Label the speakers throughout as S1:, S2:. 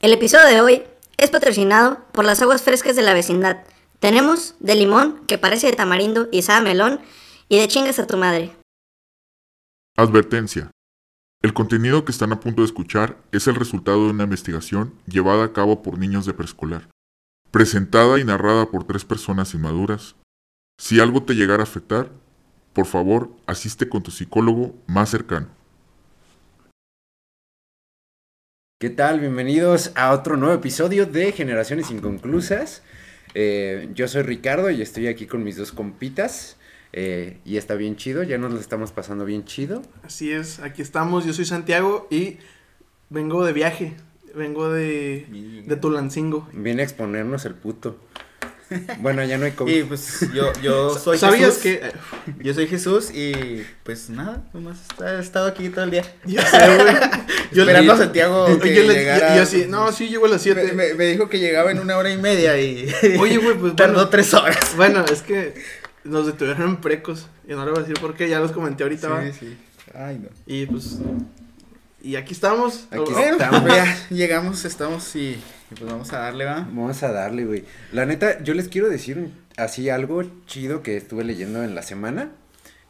S1: El episodio de hoy es patrocinado por las aguas frescas de la vecindad. Tenemos de limón, que parece de tamarindo y sabe a melón, y de chingas a tu madre.
S2: Advertencia. El contenido que están a punto de escuchar es el resultado de una investigación llevada a cabo por niños de preescolar, presentada y narrada por tres personas inmaduras. Si algo te llegara a afectar, por favor, asiste con tu psicólogo más cercano.
S3: ¿Qué tal? Bienvenidos a otro nuevo episodio de Generaciones Inconclusas. Eh, yo soy Ricardo y estoy aquí con mis dos compitas. eh, y está bien chido, ya nos lo estamos pasando bien chido.
S4: Así es, aquí estamos, yo soy Santiago y vengo de viaje, vengo de, de Tulancingo.
S3: Viene a exponernos el puto. Bueno, ya no hay COVID.
S5: Y pues yo, yo soy
S4: ¿Sabías
S5: Jesús.
S4: que?
S5: Yo soy Jesús y pues nada, nomás está- he estado aquí todo el día.
S4: Ya sé, güey. Yo le-
S5: Esperando a Santiago
S4: yo
S5: que
S4: le-
S5: llegara.
S4: yo- yo sí, no, sí, llego a las
S5: me,
S4: 7.
S5: me- me dijo que llegaba en una hora y media y.
S4: Oye, güey, pues,
S5: Tardó
S4: bueno.
S5: tres horas.
S4: Bueno, es que nos detuvieron en precos y no le voy a decir por qué, ya los comenté ahorita, va.
S5: Sí, sí. Ay, no.
S4: Y pues, y aquí estamos.
S3: Aquí
S4: Oh,
S5: Bueno, pues,
S3: Estamos.
S5: ya llegamos, estamos y, y pues vamos a darle, va.
S3: Vamos a darle, güey. La neta, yo les quiero decir un- así algo chido que estuve leyendo en la semana.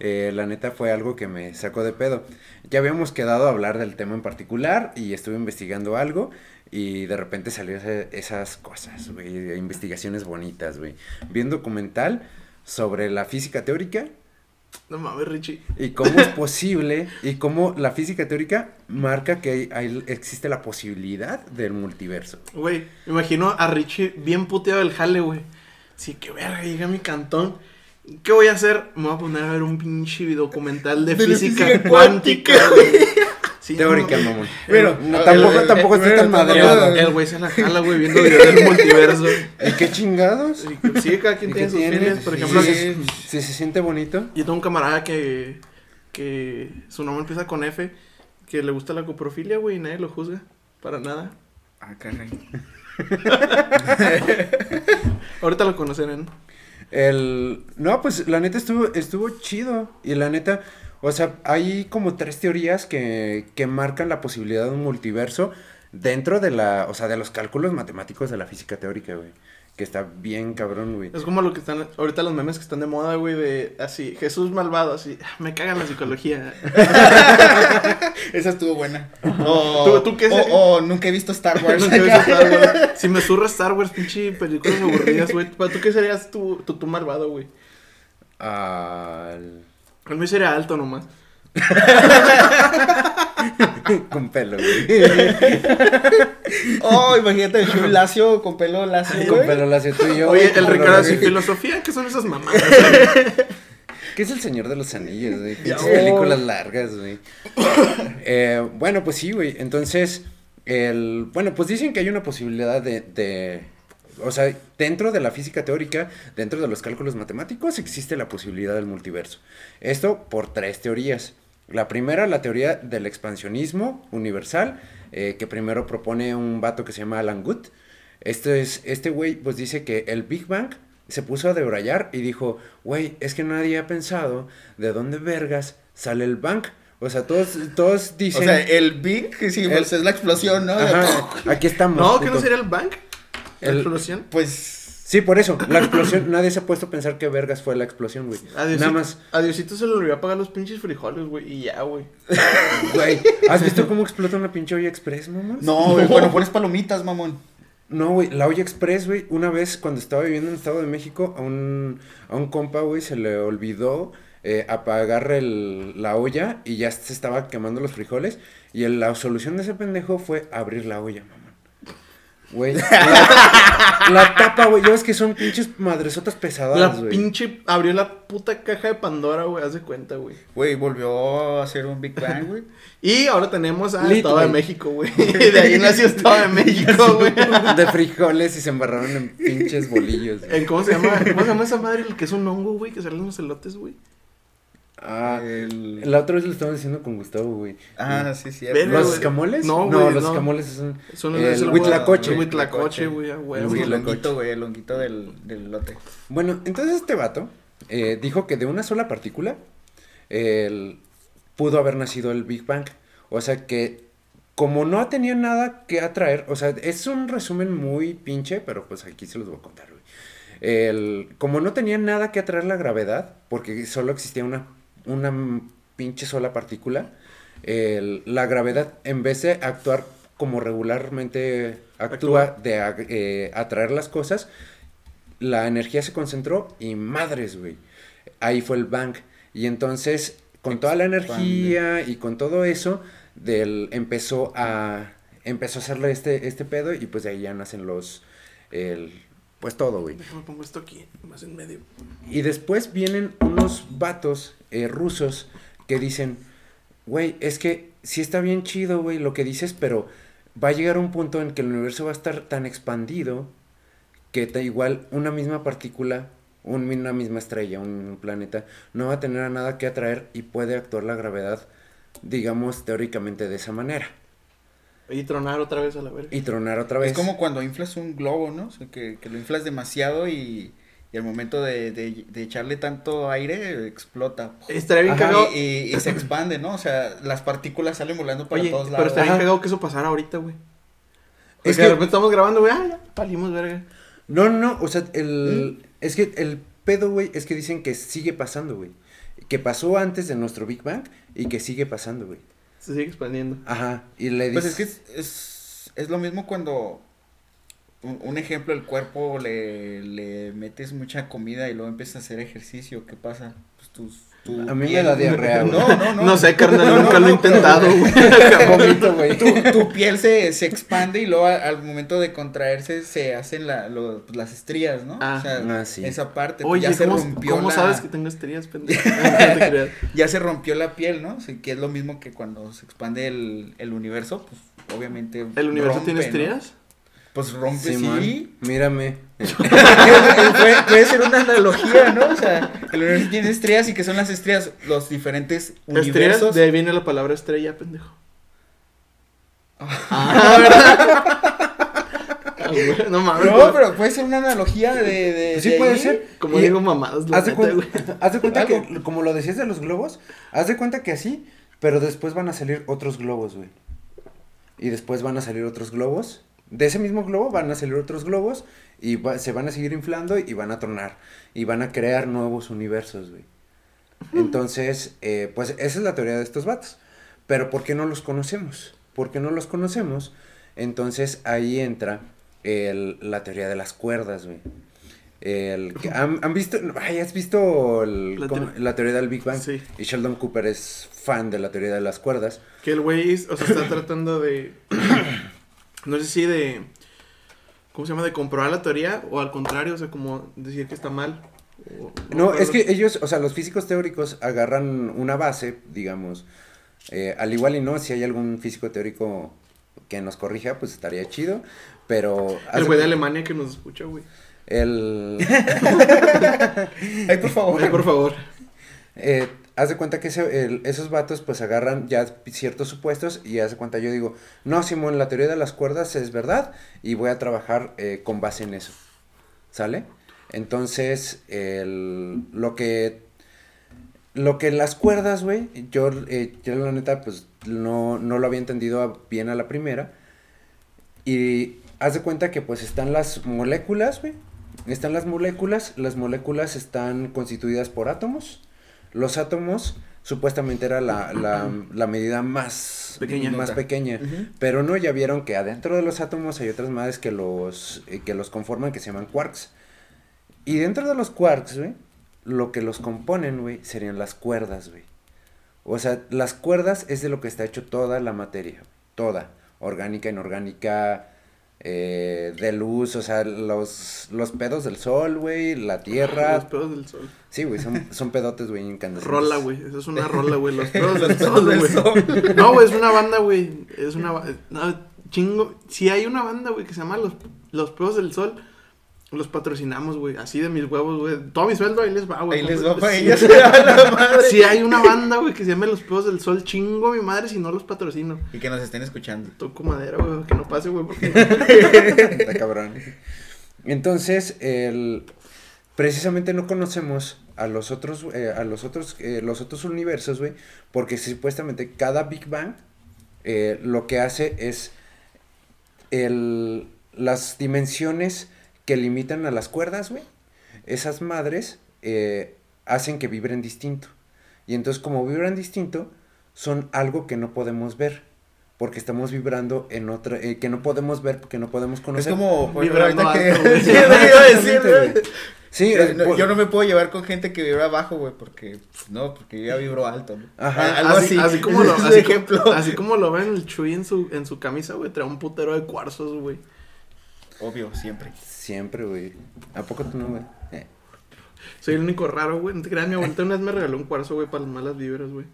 S3: Eh, la neta fue algo que me sacó de pedo. Ya habíamos quedado a hablar del tema en particular y estuve investigando algo y de repente salió ese- esas cosas, güey, investigaciones bonitas, güey. Vi un documental sobre la física teórica
S4: No mames, Richie.
S3: y cómo es posible y cómo la física teórica marca que hay- hay- existe la posibilidad del multiverso.
S4: Güey, me imagino a Richie bien puteado del jale, güey. Sí, que verga, llega mi cantón. ¿Qué voy a hacer? Me voy a poner a ver un pinche documental de,
S5: De la
S4: física,
S5: física
S4: cuántica,
S5: cuántica,
S4: güey. Sí, no
S3: Teórica,
S4: mames.
S3: mamón.
S5: Bueno,
S3: No, tampoco,
S5: el-
S3: tampoco
S5: el-
S3: estoy tan
S5: el-
S3: madreado.
S4: El güey se la jala, güey, viendo videos del multiverso.
S3: ¿Y qué chingados?
S4: Sí, que- Sí, cada
S3: ¿Y
S4: quien
S3: qué
S4: tiene sus
S3: tiene?
S4: fines. Por
S3: Sí,
S4: ejemplo,
S3: sí, sí, se siente bonito.
S4: yo tengo un camarada que, que su nombre empieza con F, que le gusta la coprofilia, güey, y nadie lo juzga. Para nada.
S5: Ah, caray.
S4: Ahorita lo conocerán.
S3: El... No, pues la neta estuvo, estuvo chido. Y la neta, o sea, hay como tres teorías que, que marcan la posibilidad de un multiverso dentro de la, o sea, de los cálculos matemáticos de la física teórica, güey. Que está bien cabrón, güey.
S4: Es como lo que están ahorita los memes que están de moda, güey, de así, Jesús malvado, así, "Ah, me cagan la psicología.
S5: Esa estuvo buena. O,
S4: ¿Tú- tú qué-
S5: o, o nunca he visto Star Wars.
S4: Nunca he visto Star Wars. Si me surra Star Wars, pinche películas aburridas, güey. ¿Para tú qué serías tu, tu, tu malvado, güey?
S3: Al-
S4: El mío sería alto nomás.
S3: Con pelo, güey.
S5: Oh, imagínate el Shun lacio con pelo lacio,
S3: Con
S5: güey.
S3: pelo lacio tú y yo.
S4: Oye,
S3: güey,
S4: el
S3: con
S4: Ricardo así,
S3: pelo-
S4: filosofía, ¿qué son esas mamadas?
S3: ¿Qué es el Señor de los Anillos, güey?
S4: Ya,
S3: Pinches
S4: güey.
S3: películas largas, güey. Eh, bueno, pues sí, güey. Entonces, el... Bueno, pues dicen que hay una posibilidad de, de- O sea, dentro de la física teórica, dentro de los cálculos matemáticos, existe la posibilidad del multiverso. Esto por tres teorías. La primera, la teoría del expansionismo universal, eh, que primero propone un vato que se llama Alan Good. Este es, este güey, pues dice que el Big Bang se puso a debrayar y dijo, güey, es que nadie ha pensado de dónde vergas sale el Bang. O sea, todos, todos
S5: O
S3: dicen.
S5: sea,
S4: eh,
S5: el Big, que sí, pues es la explosión, ¿no? De-
S3: "Ajá, aquí estamos.
S4: No, que no
S3: puto".
S4: sería el bank. La
S3: El-
S4: explosión.
S5: Pues.
S3: Sí, por eso, la explosión, nadie se ha puesto a pensar que vergas fue la explosión, güey.
S4: Adiosito,
S3: Nada más,
S4: Adiosito se le olvidó pagar los pinches frijoles, güey. Y ya, güey.
S3: güey, ¿has visto cómo explota una pinche olla express, mamá?
S5: No, güey, bueno, pones palomitas, mamón.
S3: No, güey, la olla express, güey, una vez cuando estaba viviendo en el Estado de México, a un, a un compa, güey, se le olvidó eh, apagar el- la olla y ya se estaba quemando los frijoles. Y el- la solución de ese pendejo fue abrir la olla, mamón. Güey, la, la tapa, güey, ya ves que son pinches madresotas
S4: La
S3: pesadas, güey.
S4: pinche abrió la puta caja de Pandora, güey. Haz de cuenta, güey.
S5: Güey, volvió a hacer un Big Bang, güey.
S4: Y ahora tenemos al
S3: Lit,
S4: Estado de
S3: güey.
S4: México, güey. De ahí nació Estado de México, güey.
S3: De frijoles y se embarraron en pinches bolillos, güey.
S4: ¿En ¿Cómo se llama? ¿Cómo se llama esa madre? El que es un hongo, güey, que salen los elotes, güey.
S3: Ah,
S5: El-
S3: la otra vez lo estaba diciendo con Gustavo, güey.
S5: Ah, sí, sí.
S4: Verga,
S3: ¿Los
S4: güey.
S3: escamoles?
S4: No,
S3: no
S4: güey,
S3: los
S4: no.
S3: escamoles son...
S4: Son
S3: el
S4: es
S3: huitlacoche.
S4: El huitlacoche, güey, a huevo.
S3: El
S5: El
S3: huitlacoche.
S5: honguito, güey, el honguito del, del lote.
S3: Bueno, entonces este vato eh, dijo que de una sola partícula el- pudo haber nacido el Big Bang. O sea que como no tenía nada que atraer, o sea, es un resumen muy pinche, pero pues aquí se los voy a contar, güey. El, como no tenía nada que atraer la gravedad, porque solo existía una, una pinche sola partícula, el- la gravedad, en vez de actuar como regularmente actúa, de a- eh, atraer las cosas, la energía se concentró y madres, güey. Ahí fue el bank. Y entonces, con toda la energía y con todo eso, del, empezó a empezó a hacerle este, este pedo y pues de ahí ya nacen los, el, pues todo, güey.
S4: Déjame pongo esto aquí, más en medio.
S3: Y después vienen unos vatos eh, rusos que dicen, güey, es que sí está bien chido, güey, lo que dices, pero va a llegar un punto en que el universo va a estar tan expandido que da igual una misma partícula, un- una misma estrella, un planeta, no va a tener a nada que atraer y puede actuar la gravedad, digamos, teóricamente de esa manera.
S4: Y tronar otra vez a la verga.
S3: Y tronar otra vez.
S5: Es como cuando inflas un globo, ¿no? O sea, que, que lo inflas demasiado y, y al momento de, de- de echarle tanto aire explota.
S4: Estaría bien
S3: Ajá,
S4: cagado.
S5: Y, y- y se expande, ¿no? O sea, las partículas salen volando para
S4: Oye,
S5: todos
S4: pero
S5: lados.
S4: estaría bien
S3: Ajá.
S4: cagado que eso pasara ahorita, güey. Porque
S3: Es
S4: de
S3: que-
S4: repente estamos grabando, güey, ah, ya, palimos verga.
S3: No, no, no, o sea, el...
S5: ¿Eh?
S3: Es que el pedo, güey, es que dicen que sigue pasando, güey. Que pasó antes de nuestro Big Bang y que sigue pasando, güey.
S4: Se sigue expandiendo.
S3: Ajá, y le
S5: Pues
S3: dices...
S5: es que es, es- es lo mismo cuando, un, un ejemplo, el cuerpo le, le metes mucha comida y luego empiezas a hacer ejercicio, ¿qué pasa? Pues tus... tu
S3: A mí me
S5: piel-
S3: da diarrea, güey.
S5: No, Ah, no, no.
S4: No sé, carnal,
S5: No, no,
S4: nunca lo he
S5: no, pero-
S4: intentado, güey.
S3: Vomito, güey.
S5: tu, tu piel se, se expande y luego a- al momento de contraerse se hacen la- lo- pues, las estrías, ¿no?
S4: Ah.
S5: o sea,
S3: Ah, sí.
S5: esa parte pues,
S4: Oye,
S5: ya se
S4: ¿cómo,
S5: rompió
S4: cómo
S5: la-
S4: sabes que tengo esterías, pendejo? No te creas.
S5: ya se rompió la piel, ¿no? O sea, que es lo mismo que cuando se expande el, el universo, pues obviamente
S4: ¿El universo tiene
S5: rompe, ¿no?
S4: estrías?
S5: Pues rompe, sí.
S3: Simón, Mírame.
S5: puede, puede ser una analogía, ¿no? O sea, el universo tiene estrellas y que son las estrellas, los diferentes universos.
S4: Estrellas, de ahí viene la palabra estrella, pendejo. Ah, güey, no mames.
S5: No, pero puede ser una analogía de. de-
S3: Sí
S5: de
S3: puede
S5: ahí.
S3: ser.
S4: Como
S3: Y-
S4: digo, mamadas, la
S3: Haz de,
S4: neta, güey.
S3: cuenta, haz de cuenta que,
S5: Algo.
S3: como lo decías de los globos, haz de cuenta que así, pero después van a salir otros globos, güey. Y después van a salir otros globos. De ese mismo globo van a salir otros globos y va- se van a seguir inflando y van a tronar. Y van a crear nuevos universos, güey. Entonces, eh, pues esa es la teoría de estos vatos. Pero ¿por qué no los conocemos? ¿Por qué no los conocemos? Entonces ahí entra el- la teoría de las cuerdas, güey. El, que- ¿han, han visto, ay, has visto el-
S4: La
S3: cómo-
S4: teoría-
S3: la teoría del Big Bang?
S4: Sí.
S3: Y Sheldon Cooper es fan de la teoría de las cuerdas.
S4: Que el güey, es- o sea, está tratando de. No sé si de. ¿Cómo se llama? De comprobar la teoría o al contrario, o sea, como decir que está mal. o-
S3: No,
S4: recuerdo.
S3: es que ellos, o sea, los físicos teóricos agarran una base, digamos, eh, al igual y no, si hay algún físico teórico que nos corrija, pues estaría chido, pero...
S4: El güey de Alemania que nos escucha, güey.
S3: El...
S5: Ay, por favor.
S4: Oye, por favor.
S3: eh, haz de cuenta que ese- el- esos vatos pues agarran ya ciertos supuestos y haz de cuenta yo digo, no, Simón, la teoría de las cuerdas es verdad y voy a trabajar eh, con base en eso. ¿Sale? Entonces, el- lo que... Lo que las cuerdas, güey, yo, eh, yo la neta pues no, no lo había entendido a- bien a la primera. Y haz de cuenta que pues están las moléculas, güey. Están las moléculas, las moléculas están constituidas por átomos. Los átomos supuestamente era la, la, la medida más
S4: Pequeña.
S3: Más pequeña.
S5: Ujú.
S3: Pero no, ya vieron que adentro de los átomos hay otras madres que los, eh, que los conforman que se llaman quarks. Y dentro de los quarks, güey, lo que los componen, güey, serían las cuerdas, güey. O sea, las cuerdas es de lo que está hecho toda la materia, toda, orgánica, inorgánica, eh, de luz, o sea, los, los pedos del sol, güey, la
S4: Los
S3: tierra.
S4: pedos del sol.
S3: Sí, güey, son, son pedotes, güey, incandescentes.
S4: Rola, güey. Esa es una rola, güey. Los pedos del
S5: Los
S4: sol,
S5: pedos del
S4: güey. No, güey, es una banda, güey. Es una. ba- no, chingo. Si hay una banda, güey, que se llama Los, los Pedos del Sol, los patrocinamos, güey. Así de mis huevos, güey. Todo mi sueldo ahí les va, güey.
S5: Ahí les va para
S4: Sí.
S5: ellos. a la madre.
S4: Si hay una banda, güey, que se llama Los Pedos del Sol, chingo a mi madre si no los patrocino.
S5: Y que nos estén escuchando.
S4: Toco madera, güey, que no pase, güey, porque
S3: Está cabrón. Entonces, el, precisamente no conocemos a los otros, eh, a los otros, eh, los otros universos, güey, porque supuestamente cada Big Bang eh, lo que hace es el, las dimensiones que limitan a las cuerdas, güey, esas madres eh, hacen que vibren distinto. Y entonces como vibran distinto, son algo que no podemos ver. Porque estamos vibrando en otra, eh, que no podemos ver, que no podemos
S5: Es
S3: conocer.
S5: como por ejemplo,
S4: Vibrando
S5: ahorita que.
S4: alto, güey.
S3: Exactamente, Sí,
S5: Sí, es lo que iba a decir, güey. Yo-
S3: eh,
S5: no-
S3: por-
S5: yo no me puedo llevar con gente que vibra bajo, güey, porque pues, no, porque yo ya vibro alto, ¿no?
S3: Ajá,
S5: Ah, algo así.
S4: como lo,
S5: Es un
S4: así,
S5: ejemplo.
S4: así como lo ven el Chuy en su, en su camisa, güey, trae un putero de cuarzos, güey.
S5: Obvio, siempre.
S3: Siempre, güey. ¿A poco tú no, güey? Eh.
S4: Soy el único raro, güey. No te creas, mi abuelita una vez me regaló un cuarzo, güey, para las malas vibras, güey.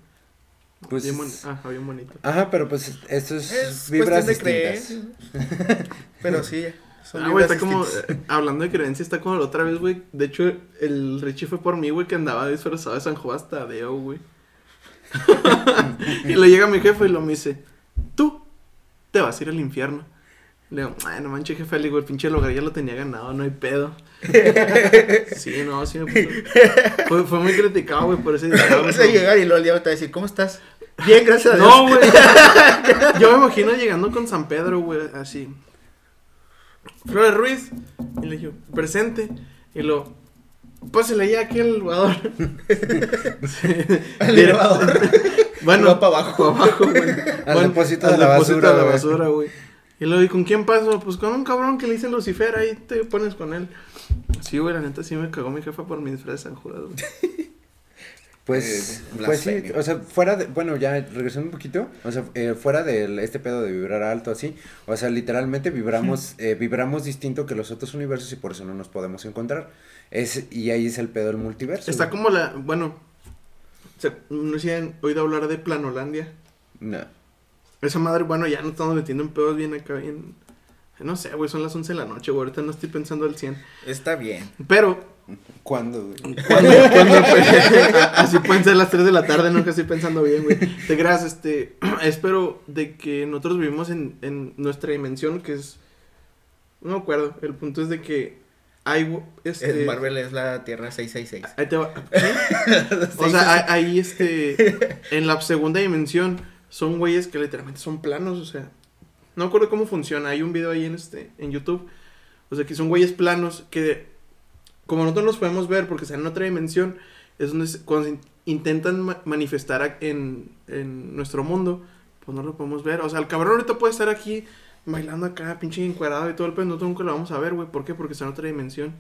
S3: Pues
S4: bien ah.
S3: es-
S4: boni- Ajá, bien bonito.
S3: Ajá, pero pues esto es,
S5: Es
S3: vibras
S5: cuestión de
S3: distintas.
S5: creencias. Pero sí, son
S4: Ah, güey,
S5: vibras
S4: está como,
S5: distintas.
S4: eh, hablando de creencia, está como la otra vez, güey. De hecho, el Richie fue por mí, güey, que andaba disfrazado de San Juan Tadeo, güey. y le llega mi jefe y lo me dice, tú te vas a ir al infierno. Le digo, ay, no manches, jefe, le digo, el pinche lugar ya lo tenía ganado, no hay pedo. sí, no, sí me puso- Fue, fue muy criticado, güey, por ese disfraz,
S5: Vas a
S4: güey.
S5: llegar y luego el diablo te va a decir, ¿cómo estás? Bien, gracias a Dios.
S4: No, güey. Yo me imagino llegando con San Pedro, güey, así. Flores Ruiz. Y le digo, presente. Y lo. Pásele ya aquí al jugador.
S5: Al elevador.
S4: Bueno,
S5: Va para abajo.
S4: pa' abajo, güey.
S3: Al depósito de
S4: al
S3: la
S4: depósito
S3: basura,
S4: de la
S3: güey.
S4: basura, güey. Y luego, ¿y con quién paso? Pues con un cabrón que le dicen Lucifer, ahí te pones con él. Sí, güey, la neta sí me cagó mi jefa por mi disfraz de San Jurado. güey.
S3: Pues,
S5: Eh,
S3: pues sí,
S5: blasfemia.
S3: o sea, fuera de, bueno, ya regresando un poquito, o sea, eh, fuera de este pedo de vibrar alto así, o sea, literalmente vibramos, eh, vibramos distinto que los otros universos y por eso no nos podemos encontrar. Es, y ahí es el pedo del multiverso.
S4: Está
S3: güey.
S4: como la, bueno, se- no sé si han oído hablar de Planolandia.
S3: No.
S4: Esa madre, bueno, ya no estamos metiendo en pedos bien acá, bien... No sé, güey, son las 11 de la noche, güey, ahorita no estoy pensando al 100.
S5: Está bien.
S4: Pero,
S3: ¿Cuándo? güey?
S4: cuando, cuando empe- así pueden ser las 3 de la tarde, no que estoy pensando bien, güey. Te creas, este, espero de que nosotros vivimos en, en nuestra dimensión, que es... No me acuerdo, el punto es de que hay...
S5: El
S4: Este,
S5: Marvel es la Tierra 666.
S4: Ahí te va. O sea,
S5: ah,
S4: a- ahí este. En la segunda dimensión son güeyes que literalmente son planos, o sea. No me acuerdo cómo funciona. Hay un video ahí en este. en YouTube. O sea, que son güeyes planos que. Como nosotros los podemos ver porque están en otra dimensión. Es donde se- cuando se in- intentan ma- manifestar a- en, en nuestro mundo. Pues no lo podemos ver. O sea, el cabrón ahorita puede estar aquí bailando acá, pinche encuadrado y todo el pedo. Nosotros nunca lo vamos a ver, güey. ¿Por qué? Porque está en otra dimensión.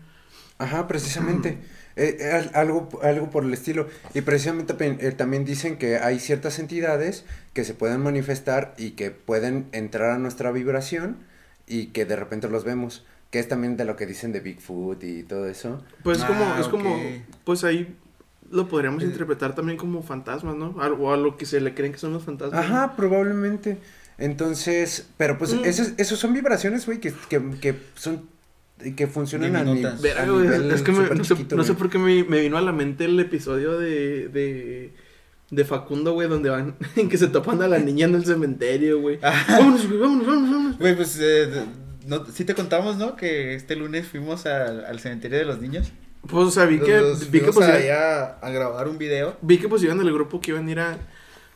S3: Ajá, precisamente.
S4: Mm.
S3: Eh, eh, al- algo, algo por el estilo. Y precisamente pen- eh, también dicen que hay ciertas entidades que se pueden manifestar y que pueden entrar a nuestra vibración y que de repente los vemos. Que es también de lo que dicen de Bigfoot y todo eso.
S4: Pues es como,
S5: Ah,
S4: es como,
S5: ok.
S4: pues ahí lo podríamos
S5: Eh.
S4: interpretar también como fantasmas, ¿no? Al- O a lo que se le creen que son los fantasmas. ¿no?
S3: Ajá, probablemente. Entonces, pero pues
S4: Mm.
S3: esos, esos son vibraciones, güey, que, que, que son que funcionan a, ni-
S5: Diminutas.
S4: Verga,
S3: a
S4: güey,
S3: nivel
S4: es que me- no, sé,
S3: superchiquito,
S4: no sé
S3: güey.
S4: por qué me, me vino a la mente el episodio de, de, de Facundo, güey, donde van, en que se topan a la niña en el cementerio, güey.
S5: Ah.
S4: Vámonos, güey, vámonos, vámonos, vámonos.
S5: Güey, pues eh, no, sí te contamos, ¿no? Que este lunes fuimos al, al cementerio de los niños.
S4: Pues, o sea, vi que,
S5: Nos- nos
S4: vi que
S5: fuimos
S4: pues, iba-
S5: allá a grabar un video.
S4: vi que pues iban del grupo que iban a ir a,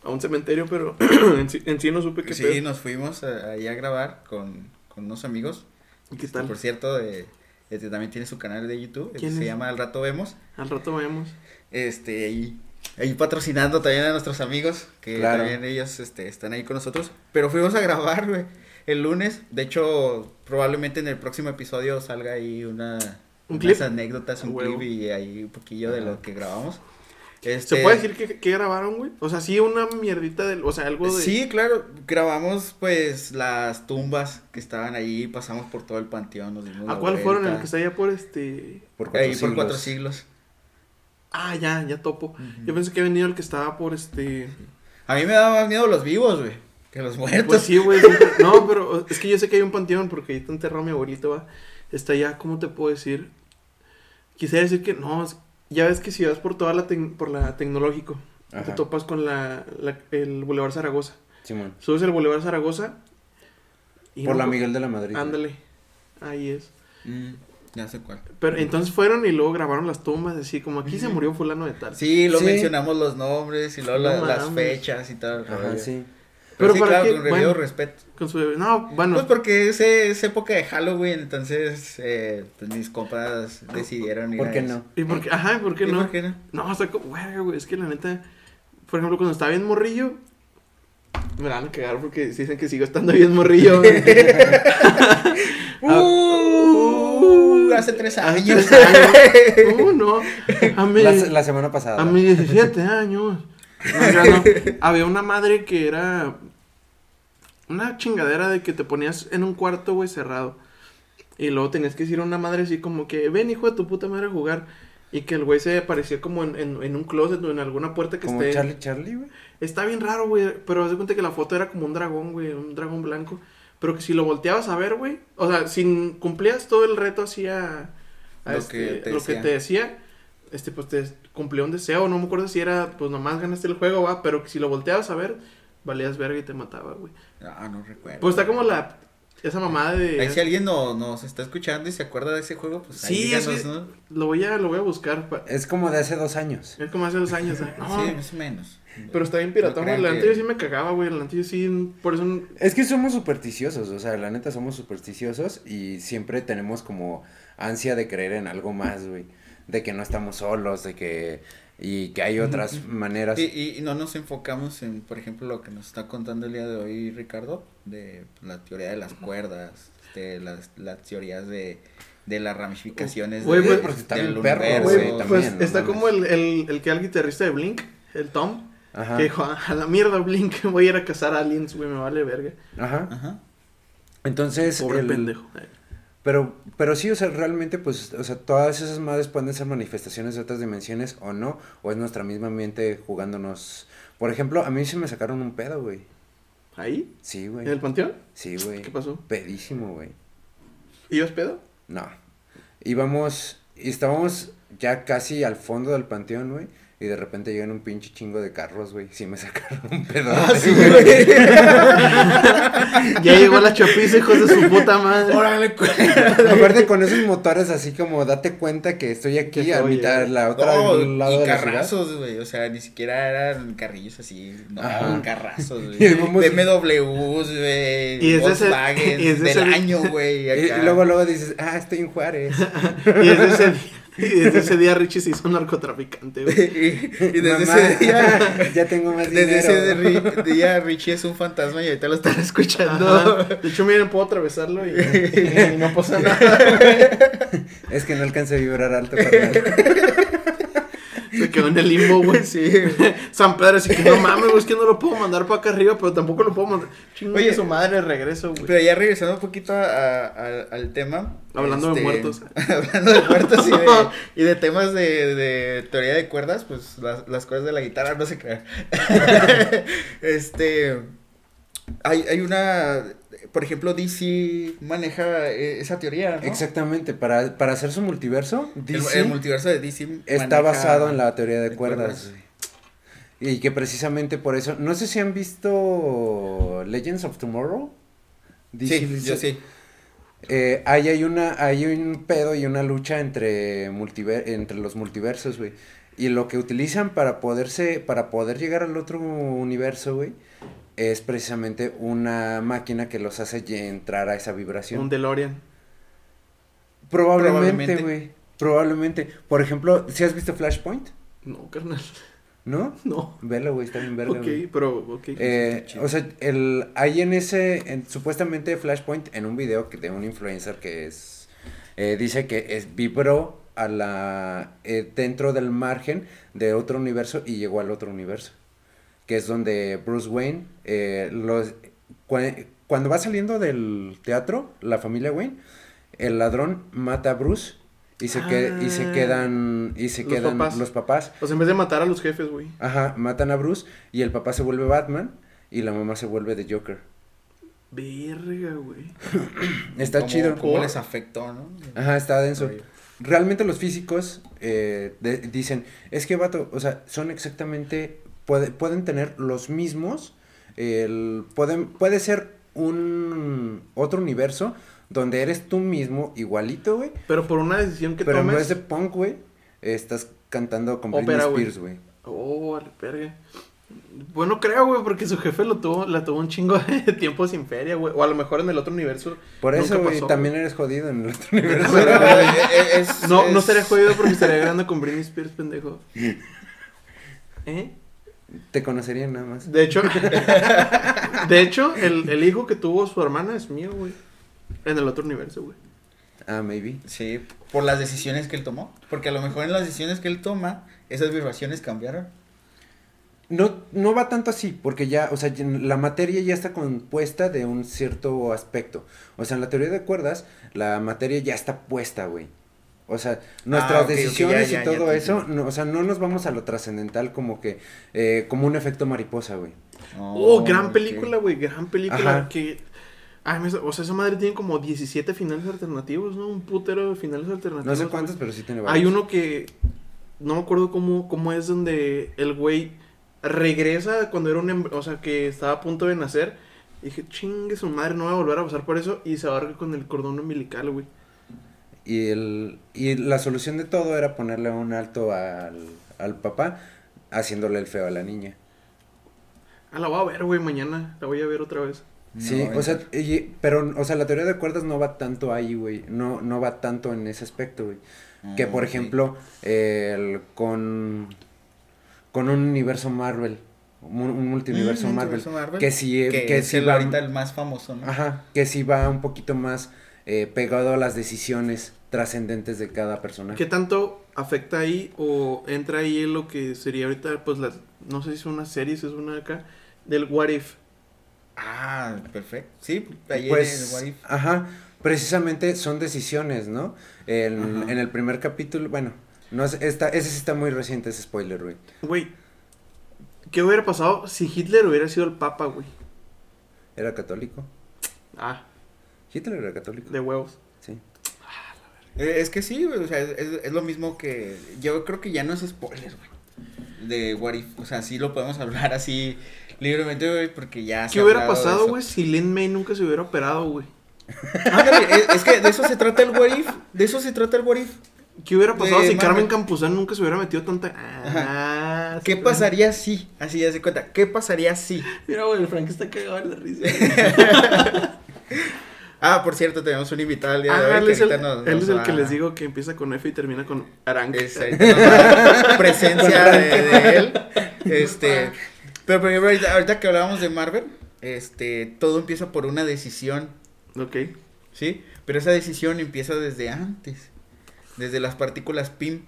S4: a un cementerio, pero en, sí, en sí no supe qué
S5: Sí,
S4: pedo.
S5: nos fuimos a- allá a grabar con, con unos amigos.
S4: ¿Y qué tal?
S5: Por cierto, de- este también tiene su canal de YouTube.
S4: ¿Quién
S5: se
S4: es?
S5: llama Al Rato Vemos.
S4: Al rato vayamos.
S5: Este, ahí, ahí patrocinando también a nuestros amigos, que
S3: Claro.
S5: también ellos este, están ahí con nosotros. Pero fuimos a grabar, güey, el lunes. De hecho, probablemente en el próximo episodio salga ahí una,
S4: ¿Un
S5: unas
S4: clip?
S5: anécdotas,
S4: A
S5: un
S4: huevo.
S5: clip y ahí un poquillo de lo que grabamos.
S4: ¿Se
S5: Este,
S4: puede decir que, que grabaron, güey? O sea, sí, una mierdita del. O sea, algo de.
S5: Sí, claro, grabamos pues las tumbas que estaban ahí, pasamos por todo el panteón, nos dimos
S4: ¿A
S5: la
S4: cuál fueron? El
S5: vuelta.
S4: que está allá por este.
S3: Por cuatro
S5: Ahí por cuatro
S3: siglos.
S5: siglos.
S4: Ah, ya, ya topo. Yo pensé que había venido el que estaba por este.
S5: A mí me daba más miedo los vivos, güey, que los muertos.
S4: Pues sí, güey. siempre- No, pero es que yo sé que hay un panteón porque ahí está enterrado mi abuelito, va. Está allá, ¿cómo te puedo decir? Quisiera decir que no. es- Ya ves que si vas por toda la, tec- por la tecnológico, te
S3: Ajá.
S4: topas con la, la- el Boulevard Zaragoza.
S3: Simón.
S4: Subes el Boulevard Zaragoza. y
S3: Por
S4: no- pues,
S3: la Miguel de la Madrid. güey.
S4: Ándale. Ahí es.
S5: Mm, ya sé cuál.
S4: Pero entonces fueron y luego grabaron las tumbas, así como aquí se murió fulano de tal.
S5: Sí, lo
S3: Sí.
S5: mencionamos los nombres y luego la-
S4: No
S5: las
S4: mames.
S5: fechas y tal.
S3: Ajá, sí.
S4: Pero
S5: Pero sí,
S4: para
S5: claro,
S4: qué,
S5: con debido
S4: bueno.
S5: respeto.
S4: Con su bebé. No, bueno.
S5: Pues porque ese- es época de Halloween, entonces eh, pues mis compas decidieron ir
S3: ¿Por
S5: a
S3: qué
S5: eso.
S3: no?
S4: ¿Y por qué? Ajá, ¿por qué
S5: ¿Y
S4: no?
S5: por qué no?
S4: No, o sea, como, verga, güey, es que la neta, por ejemplo, cuando estaba bien morrillo, me la van a cagar porque dicen que sigo estando bien morrillo. güey. Ah,
S5: Uh,
S4: uh,
S5: hace tres
S4: hace
S5: años.
S4: tres años. Uh, no. A mí-
S3: La, se- la semana pasada.
S4: a mis 17 años. No, ya no. Había una madre que era una chingadera de que te ponías en un cuarto, güey, cerrado. Y luego tenías que decir a una madre así como que, ven hijo de tu puta madre a jugar. Y que el güey se aparecía como en, en- en un closet o en alguna puerta que
S3: Como
S4: esté.
S3: Charlie Charlie, güey.
S4: Está bien raro, güey. Pero haz de cuenta que la foto era como un dragón, güey. Un dragón blanco. Pero que si lo volteabas a ver, güey. O sea, si cumplías todo el reto así a. a
S5: Lo
S4: este,
S5: que te
S4: lo que
S5: decía.
S4: te decía. Este, pues te cumplía un deseo. No me acuerdo si era, pues nomás ganaste el juego, va. Pero que si lo volteabas a ver, valías verga y te mataba, güey.
S5: Ah, no recuerdo.
S4: Pues está como la. Esa mamada de.
S5: Ahí si alguien no, nos está escuchando y se acuerda de ese juego, pues ahí
S4: Sí,
S5: díganos,
S4: es que-
S5: ¿no?
S4: Lo voy a, lo voy a buscar. pa-
S3: Es como de hace dos años.
S4: Es como hace dos años, ¿eh? No,
S5: Sí, más o menos.
S4: Pero está bien
S5: No
S4: piratón, güey.
S5: crean
S4: La
S5: que-
S4: neta yo sí me cagaba, güey. La neta yo sí. Por eso.
S3: Es que somos supersticiosos, o sea, la neta somos supersticiosos y siempre tenemos como ansia de creer en algo más, güey. De que no estamos solos, de que... Y que hay otras maneras.
S5: Y, y- y no nos enfocamos en, por ejemplo, lo que nos está contando el día de hoy Ricardo, de la teoría de las cuerdas, de las, las teorías de, de las ramificaciones
S4: Güey,
S5: de-
S4: pues,
S5: del
S3: porque está bien perro,
S5: universo.
S4: Güey,
S3: güey, también,
S4: pues
S3: no
S4: está
S3: mames.
S4: como el, el, el que era el guitarrista de Blink, el Tom,
S3: Ajá.
S4: que dijo, "Ah, a la mierda Blink, voy a ir a cazar aliens, güey, me vale verga.
S3: Ajá.
S5: Ajá.
S3: Entonces...
S4: Ah. Pobre
S3: el-
S4: pendejo.
S3: Pero, pero sí, o sea, realmente, pues, o sea, todas esas madres pueden ser manifestaciones de otras dimensiones o no, o es nuestra misma mente jugándonos. Por ejemplo, a mí se me sacaron un pedo, güey.
S4: ¿Ahí?
S3: Sí,
S4: ¿En el
S3: güey.
S4: panteón?
S3: Sí, güey.
S4: ¿Qué pasó?
S3: Pedísimo, güey.
S4: ¿Y yo es pedo?
S3: No. Íbamos, y estábamos ya casi al fondo del panteón, güey. Y de repente llegan un pinche chingo de carros, güey. Sí me sacaron un pedo.
S5: Ah,
S4: Ya llegó la chapiza, hijos de su puta madre.
S5: Órale, cu-
S3: Aparte con esos motores así como date cuenta que estoy aquí
S4: Que
S3: a
S4: estoy,
S3: mitad
S4: eh.
S3: la otra
S5: No,
S3: del lado
S5: Oh, y
S3: de la ciudad.
S5: carrazos, güey. O sea, ni siquiera eran carrillos así. No,
S3: Ajá.
S5: carrazos, güey.
S3: Y vamos-
S5: BMWs, güey.
S4: Y es de ese-
S5: Volkswagen
S4: y es de
S5: del
S4: ese-
S5: año, güey.
S3: Y,
S5: acá.
S3: y luego luego dices, ah, estoy en Juárez.
S4: Y desde ese día, y desde ese día Richie se hizo un narcotraficante,
S5: y,
S4: güey.
S5: y desde
S3: Mamá,
S5: ese día.
S3: ya tengo más
S5: Desde
S3: dinero.
S5: ese ri- día Richie es un fantasma y ahorita lo están escuchando.
S4: Ajá. De hecho, miren, puedo atravesarlo y, y no pasa nada.
S3: Es que no alcancé a vibrar alto. carnal.
S4: Se quedó en el limbo, güey.
S5: Sí.
S4: San Pedro, así que no mames, güey, es que no lo puedo mandar para acá arriba, pero tampoco lo puedo mandar. Chingue
S5: Oye,
S4: su madre, regreso, güey.
S5: Pero ya regresando un poquito a- a- al- al tema. este,
S4: Hablando de muertos.
S5: hablando de muertos y de, y de temas de, de teoría de cuerdas, pues las, las cuerdas de la guitarra no se crean. este. Hay, hay una. Por ejemplo, DC maneja eh, esa teoría. ¿no?
S3: Exactamente, para, para hacer su multiverso,
S5: El,
S3: DC
S5: el multiverso de DC
S3: está
S5: maneja-
S3: basado en la teoría de,
S5: de
S3: cuerdas.
S5: cuerdas.
S3: Y que precisamente por eso, no sé si han visto Legends of Tomorrow. DC
S5: Sí, yo sí.
S3: Eh, ahí hay una, hay un pedo y una lucha entre multiver- entre los multiversos, güey. Y lo que utilizan para poderse, para poder llegar al otro universo, güey, es precisamente una máquina que los hace ye- entrar a esa vibración.
S4: Un DeLorean.
S3: Probablemente,
S5: Probablemente.
S3: güey. Probablemente. Por ejemplo, si has visto Flashpoint,
S4: No, carnal.
S3: ¿no?
S4: No.
S3: Velo, güey, está bien verga,
S4: ok,
S3: güey.
S4: pero, ok.
S3: Eh, o sea, el, hay en ese, en- supuestamente Flashpoint, en un video que de un influencer que es, eh, dice que es vibró a la, eh, dentro del margen de otro universo y llegó al otro universo, que es donde Bruce Wayne, eh, los, cua- cuando va saliendo del teatro, la familia Wayne, el ladrón mata a Bruce y se, que- y se
S4: Ah.
S3: quedan, y se
S4: Los
S3: quedan
S4: papás.
S3: los papás
S4: O sea, en vez de matar a los jefes, güey.
S3: Ajá, matan a Bruce y el papá se vuelve Batman y la mamá se vuelve de Joker.
S4: Verga, güey.
S3: Está
S5: Cómo-
S3: chido.
S5: ¿Cómo les afectó, no?
S3: Ajá, está denso.
S5: Oye.
S3: Realmente los físicos eh, de- dicen, es que vato, o sea, son exactamente, puede- pueden tener los mismos, el- pueden, puede ser un otro universo donde eres tú mismo igualito, güey,
S4: Pero por una decisión que
S3: pero en vez
S4: tomes.
S3: de punk, güey, estás cantando con Britney
S4: Ópera, güey.
S3: Spears, güey.
S4: Oh, a la verga. Bueno, creo, güey, porque su jefe lo tuvo, la tuvo un chingo de tiempo sin feria, güey. O a lo mejor en el otro universo.
S3: Por
S4: nunca
S3: eso, güey,
S4: pasó,
S3: también eres jodido en el otro universo.
S5: eh, Es-
S4: No, no
S5: es-
S4: estaría jodido porque estaría grabando con Britney Spears, pendejo. ¿Eh?
S3: Te conocerían nada más.
S4: De hecho, de hecho, el, el hijo que tuvo su hermana es mío, güey. En el otro universo, güey.
S3: Ah, maybe.
S5: Sí, por las decisiones que él tomó. Porque a lo mejor en las decisiones que él toma, esas vibraciones cambiaron.
S3: No, no va tanto así, porque ya, o sea, ya la materia ya está compuesta de un cierto aspecto. O sea, en la teoría de cuerdas, la materia ya está puesta, güey. O sea, nuestras
S5: Ah, ok, ok, ya,
S3: decisiones
S5: ya, ya
S3: y todo
S5: te
S3: eso,
S5: entiendo.
S3: no, o sea, no nos vamos a lo trascendental como que, eh, como un efecto mariposa, güey.
S4: Oh,
S5: ok.
S4: gran película, güey, gran película.
S3: Ajá.
S4: Que. Ay, me- o sea, esa madre tiene como 17 finales alternativos, ¿no? Un putero de finales alternativos.
S3: No sé
S4: güey.
S3: cuántos, pero sí tiene varios.
S4: Hay uno que. No me acuerdo cómo, cómo es donde el güey regresa cuando era un. em- O sea, que estaba a punto de nacer. Y dije, chingue su madre, no va a volver a pasar por eso. Y se abarca con el cordón umbilical, güey.
S3: Y, el, y la solución de todo era ponerle un alto al, al papá, haciéndole el feo a la niña.
S4: Ah, la voy a ver, güey, mañana. La voy a ver otra vez.
S5: No,
S3: Sí, o
S5: es-
S3: sea, y- pero, o sea, la teoría de cuerdas no va tanto ahí, güey, no, no va tanto en ese aspecto, güey. Que,
S5: Ah,
S3: por
S5: ok.
S3: ejemplo, el- con, con un universo Marvel, un, un multiverso
S5: Mm,
S3: Marvel,
S5: multiverso Marvel,
S3: que sí, eh,
S5: que,
S3: que
S5: es
S3: sí
S5: el
S3: va,
S5: ahorita el más famoso, ¿no?
S3: ajá, que sí va un poquito más eh, pegado a las decisiones trascendentes de cada personaje.
S4: ¿Qué tanto afecta ahí o entra ahí en lo que sería ahorita, pues, las, no sé si es una serie, si es una acá, del What If?
S5: Ah, perfecto. Sí, ayer
S3: pues,
S5: en el What If.
S3: ajá, precisamente son decisiones, ¿no? En-
S5: Ajá.
S3: en el primer capítulo, bueno, no es- está, ese sí está muy reciente, ese spoiler, güey.
S4: Güey, ¿qué hubiera pasado si Hitler hubiera sido el papa, güey?
S3: Era católico.
S4: Ah,
S3: Hitler era católico.
S4: de huevos.
S3: Sí.
S5: Eh, Es que sí, güey, o sea, es, es lo mismo que. Yo creo que ya no es spoiler, güey. De What If. O sea, sí lo podemos hablar así libremente, güey, porque ya. se
S4: ¿Qué
S5: ha
S4: hubiera
S5: hablado de
S4: pasado,
S5: eso.
S4: güey, si Lin May nunca se hubiera operado, güey?
S5: Ándale, eh, es, es que de eso se trata el What If. De eso se trata el What If.
S4: ¿Qué hubiera pasado
S5: De
S4: si Carmen
S5: Marvel.
S4: Campuzán nunca se hubiera metido tanta... Ah,
S5: ¿Qué
S4: sí,
S5: pasaría si? Así ya se cuenta. ¿Qué pasaría si?
S4: Mira, güey, el Frank está cagado de la risa.
S5: Ah, por cierto, tenemos un invitado al día de
S4: Ah,
S5: hoy.
S4: él
S5: que
S4: es el,
S5: ahorita nos-
S4: él
S5: nos
S4: es el
S5: va-
S4: que les digo que empieza con F y termina con Arank.
S5: Este, nos va a dar presencia de, de él.
S4: Ah.
S5: Este, pero por ejemplo, ahorita, ahorita que hablábamos de Marvel, este, todo empieza por una decisión,
S4: Ok.
S5: ¿sí? Pero esa decisión empieza desde antes, desde las partículas PIM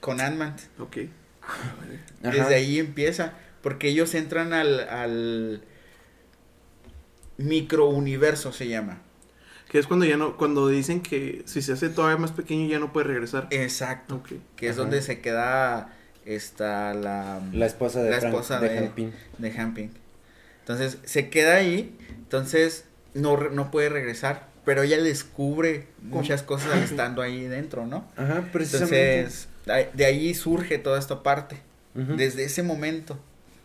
S5: con Ant-Man.
S4: Ok.
S3: Ajá.
S5: Desde ahí empieza, porque ellos entran al, al microuniverso, se llama.
S4: Que es cuando ya no, cuando dicen que si se hace todavía más pequeño ya no puede regresar.
S5: Exacto.
S4: Ok.
S5: Que es
S3: Ajá.
S5: donde se queda esta la,
S3: La esposa de
S5: la
S3: Frank,
S5: esposa
S3: de
S5: de-
S3: Hank Pym.
S5: de Hamping. Entonces se queda ahí, entonces no, re- no puede regresar, pero ella descubre muchas cosas al estando ahí dentro, ¿no?
S3: Ajá, precisamente.
S5: Entonces ahí- de ahí surge toda esta parte,
S3: Ujú.
S5: desde ese momento.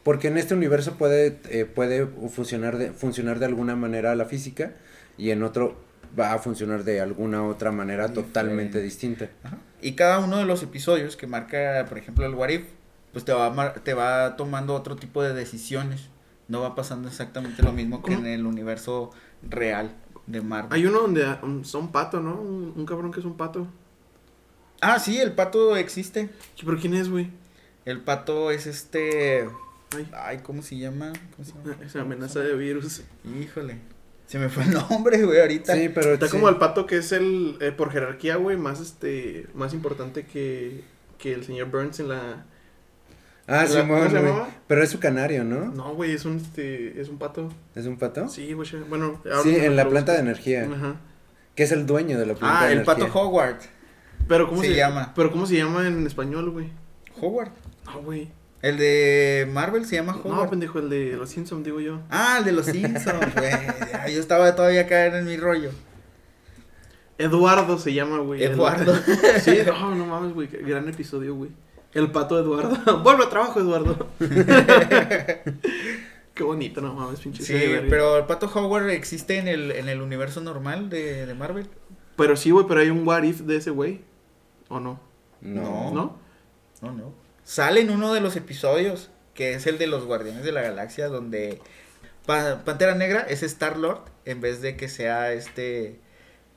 S3: Porque en este universo puede, eh, puede funcionar de, funcionar de alguna manera la física y en otro va a funcionar de alguna otra manera
S5: Diferente.
S3: totalmente distinta.
S5: Y cada uno de los episodios que marca, por ejemplo, el What If, pues te va, mar- te va tomando otro tipo de decisiones. No va pasando exactamente lo mismo que
S4: ¿Cómo?
S5: en el universo real de Marvel.
S4: Hay uno donde ah, un- son pato, ¿no? Un, un cabrón que es un pato.
S5: Ah, sí, el pato existe.
S4: ¿Y ¿Pero quién es, güey?
S5: El pato es este...
S4: Ay,
S5: Ay, ¿cómo se llama? ¿Cómo se llama?
S4: esa amenaza de virus.
S5: Híjole. Se me fue el nombre, güey, ahorita.
S3: Sí, pero
S4: Está
S3: sí.
S4: como el pato que es el, eh, por jerarquía, güey, más este, más importante que, que el señor Burns en la...
S3: Ah,
S4: la-
S3: sí,
S4: ¿cómo se
S3: güey.
S4: llamaba?
S3: Pero es su canario, ¿no?
S4: No, güey, es un, este, es un pato.
S3: ¿Es un pato? Sí,
S4: Sí, güey, ya- bueno.
S3: en la planta de energía,
S4: Ajá.
S3: que es el dueño de la planta
S5: ah,
S3: de
S5: el
S3: energía.
S5: pato Howard.
S4: Pero ¿cómo se,
S5: Se llama.
S4: Pero ¿cómo se llama en español, güey?
S5: Howard.
S4: No, güey.
S5: El de Marvel se llama Howard.
S4: No, pendejo, el de los Simpsons, digo yo.
S5: Ah, el de los Simpsons, güey. Ya, Yo estaba todavía acá en mi rollo.
S4: Eduardo se llama, güey. El-
S5: Eduardo.
S4: Sí, no, no mames, güey. qué Gran episodio, güey. El pato de Eduardo. Vuelve a trabajo, Eduardo. Qué bonito, no mames, pinche.
S5: Sí,
S4: serie, verga.
S5: pero el pato Howard existe en el, en el universo normal de, de Marvel.
S4: Pero sí, güey, pero hay un what if de ese güey. ¿O no?
S3: No.
S5: No.
S4: ¿No?
S5: No, no. Sale en uno de los episodios. que es el de los Guardianes de la Galaxia, donde Pa- Pantera Negra es Star Lord en vez de que sea este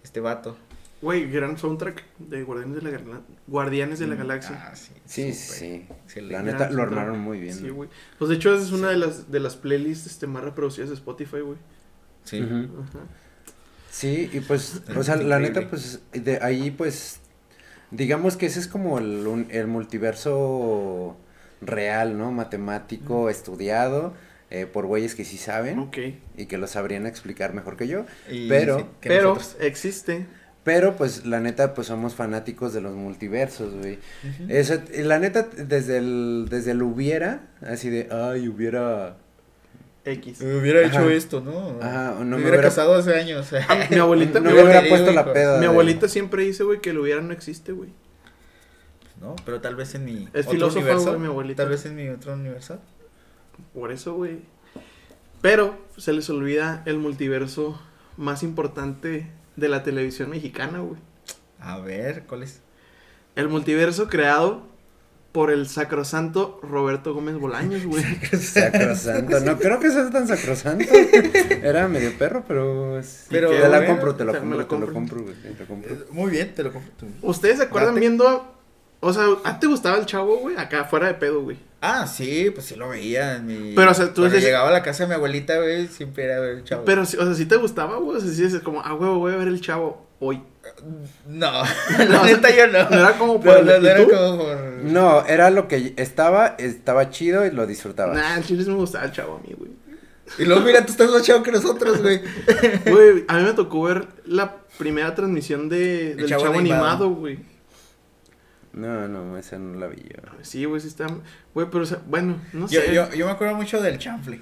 S5: este vato.
S4: Güey, gran soundtrack de Guardianes de la, Gala- Guardianes de la Galaxia.
S5: Ah, sí.
S3: Sí,
S5: súper.
S3: sí.
S5: Excelente.
S3: La
S4: Gran
S3: neta, lo
S4: soundtrack.
S3: armaron muy bien.
S4: Ah, Sí,
S3: ¿no?
S4: güey. Pues de hecho, esa es una de las de las playlists este, más reproducidas de Spotify, güey.
S5: Sí.
S3: Ujú.
S4: Ajá.
S3: Sí, y pues,
S5: Es
S3: o sea, la
S5: increíble.
S3: neta, pues, de ahí, pues, digamos que ese es como el, un- el multiverso real, ¿no? Matemático, estudiado, eh, por güeyes que sí saben
S4: Ok.
S3: y que lo sabrían explicar mejor que yo.
S5: Y
S3: Pero-
S5: sí, que
S4: Pero
S5: nosotros.
S4: existe.
S3: Pero, pues, la neta, pues, somos fanáticos de los multiversos, güey. Eso, y la neta, desde el, desde el hubiera, así de, ay, hubiera...
S4: X.
S5: Me hubiera hecho
S3: Ajá.
S5: esto, ¿no?
S3: Ajá, no
S5: me,
S3: me
S5: hubiera
S3: hubiera-
S5: casado hace años.
S4: Mi abuelita,
S3: no
S4: mi,
S3: me hubiera
S4: abuelita
S5: abuelita,
S3: puesto la
S5: hijo.
S3: peda.
S4: mi
S3: de-
S4: abuelita siempre dice, güey, que el hubiera no existe, güey.
S5: No, pero tal vez en mi
S4: Es filósofa, güey, mi abuelita.
S5: Tal vez en mi otro universo.
S4: Por eso, güey. Pero se les olvida el multiverso más importante de la televisión mexicana, güey.
S5: A ver, ¿cuál es?
S4: El multiverso creado por el sacrosanto Roberto Gómez Bolaños, güey.
S3: Sacrosanto, no creo que sea tan sacrosanto. Era medio perro, pero. es-
S5: Pero
S3: te la
S5: bueno,
S3: compro, te la
S4: o sea, me
S3: compro, te
S4: la
S3: la
S4: compro.
S3: compro, güey, te la compro.
S5: Muy bien, te lo compro tú.
S4: ¿Ustedes se acuerdan
S5: Date.
S4: viendo... O sea, ¿a ti te gustaba el chavo, güey? Acá, fuera de pedo, güey.
S5: Ah, sí, pues sí lo veía en mi...
S4: Pero, o sea, tú
S5: Cuando
S4: dices-
S5: llegaba a la casa de mi abuelita, güey, siempre era ver el chavo.
S4: Pero, sí- o sea, si te gustaba, güey. O sea, sí, es como, ah, güey, voy a ver el chavo hoy.
S5: No,
S4: No,
S5: la neta yo no.
S4: no era como por el-
S5: No, no,
S4: ¿y
S5: no era
S4: tú?
S5: como por...
S3: No, era lo que estaba, estaba chido y lo disfrutaba.
S4: Nah, en chile sí me gustaba el chavo a mí, güey.
S5: Y luego, mira, tú estás más chavo que nosotros, güey.
S4: Güey, a mí me tocó ver la primera transmisión de, del
S5: Chavo
S4: chavo
S5: Animado.
S4: animado, güey.
S3: No, no, esa no la vi yo.
S4: Sí, güey, sí está. Güey, pero, o sea, bueno, no
S5: Yo,
S4: sé.
S5: yo, yo me acuerdo mucho del chanfle.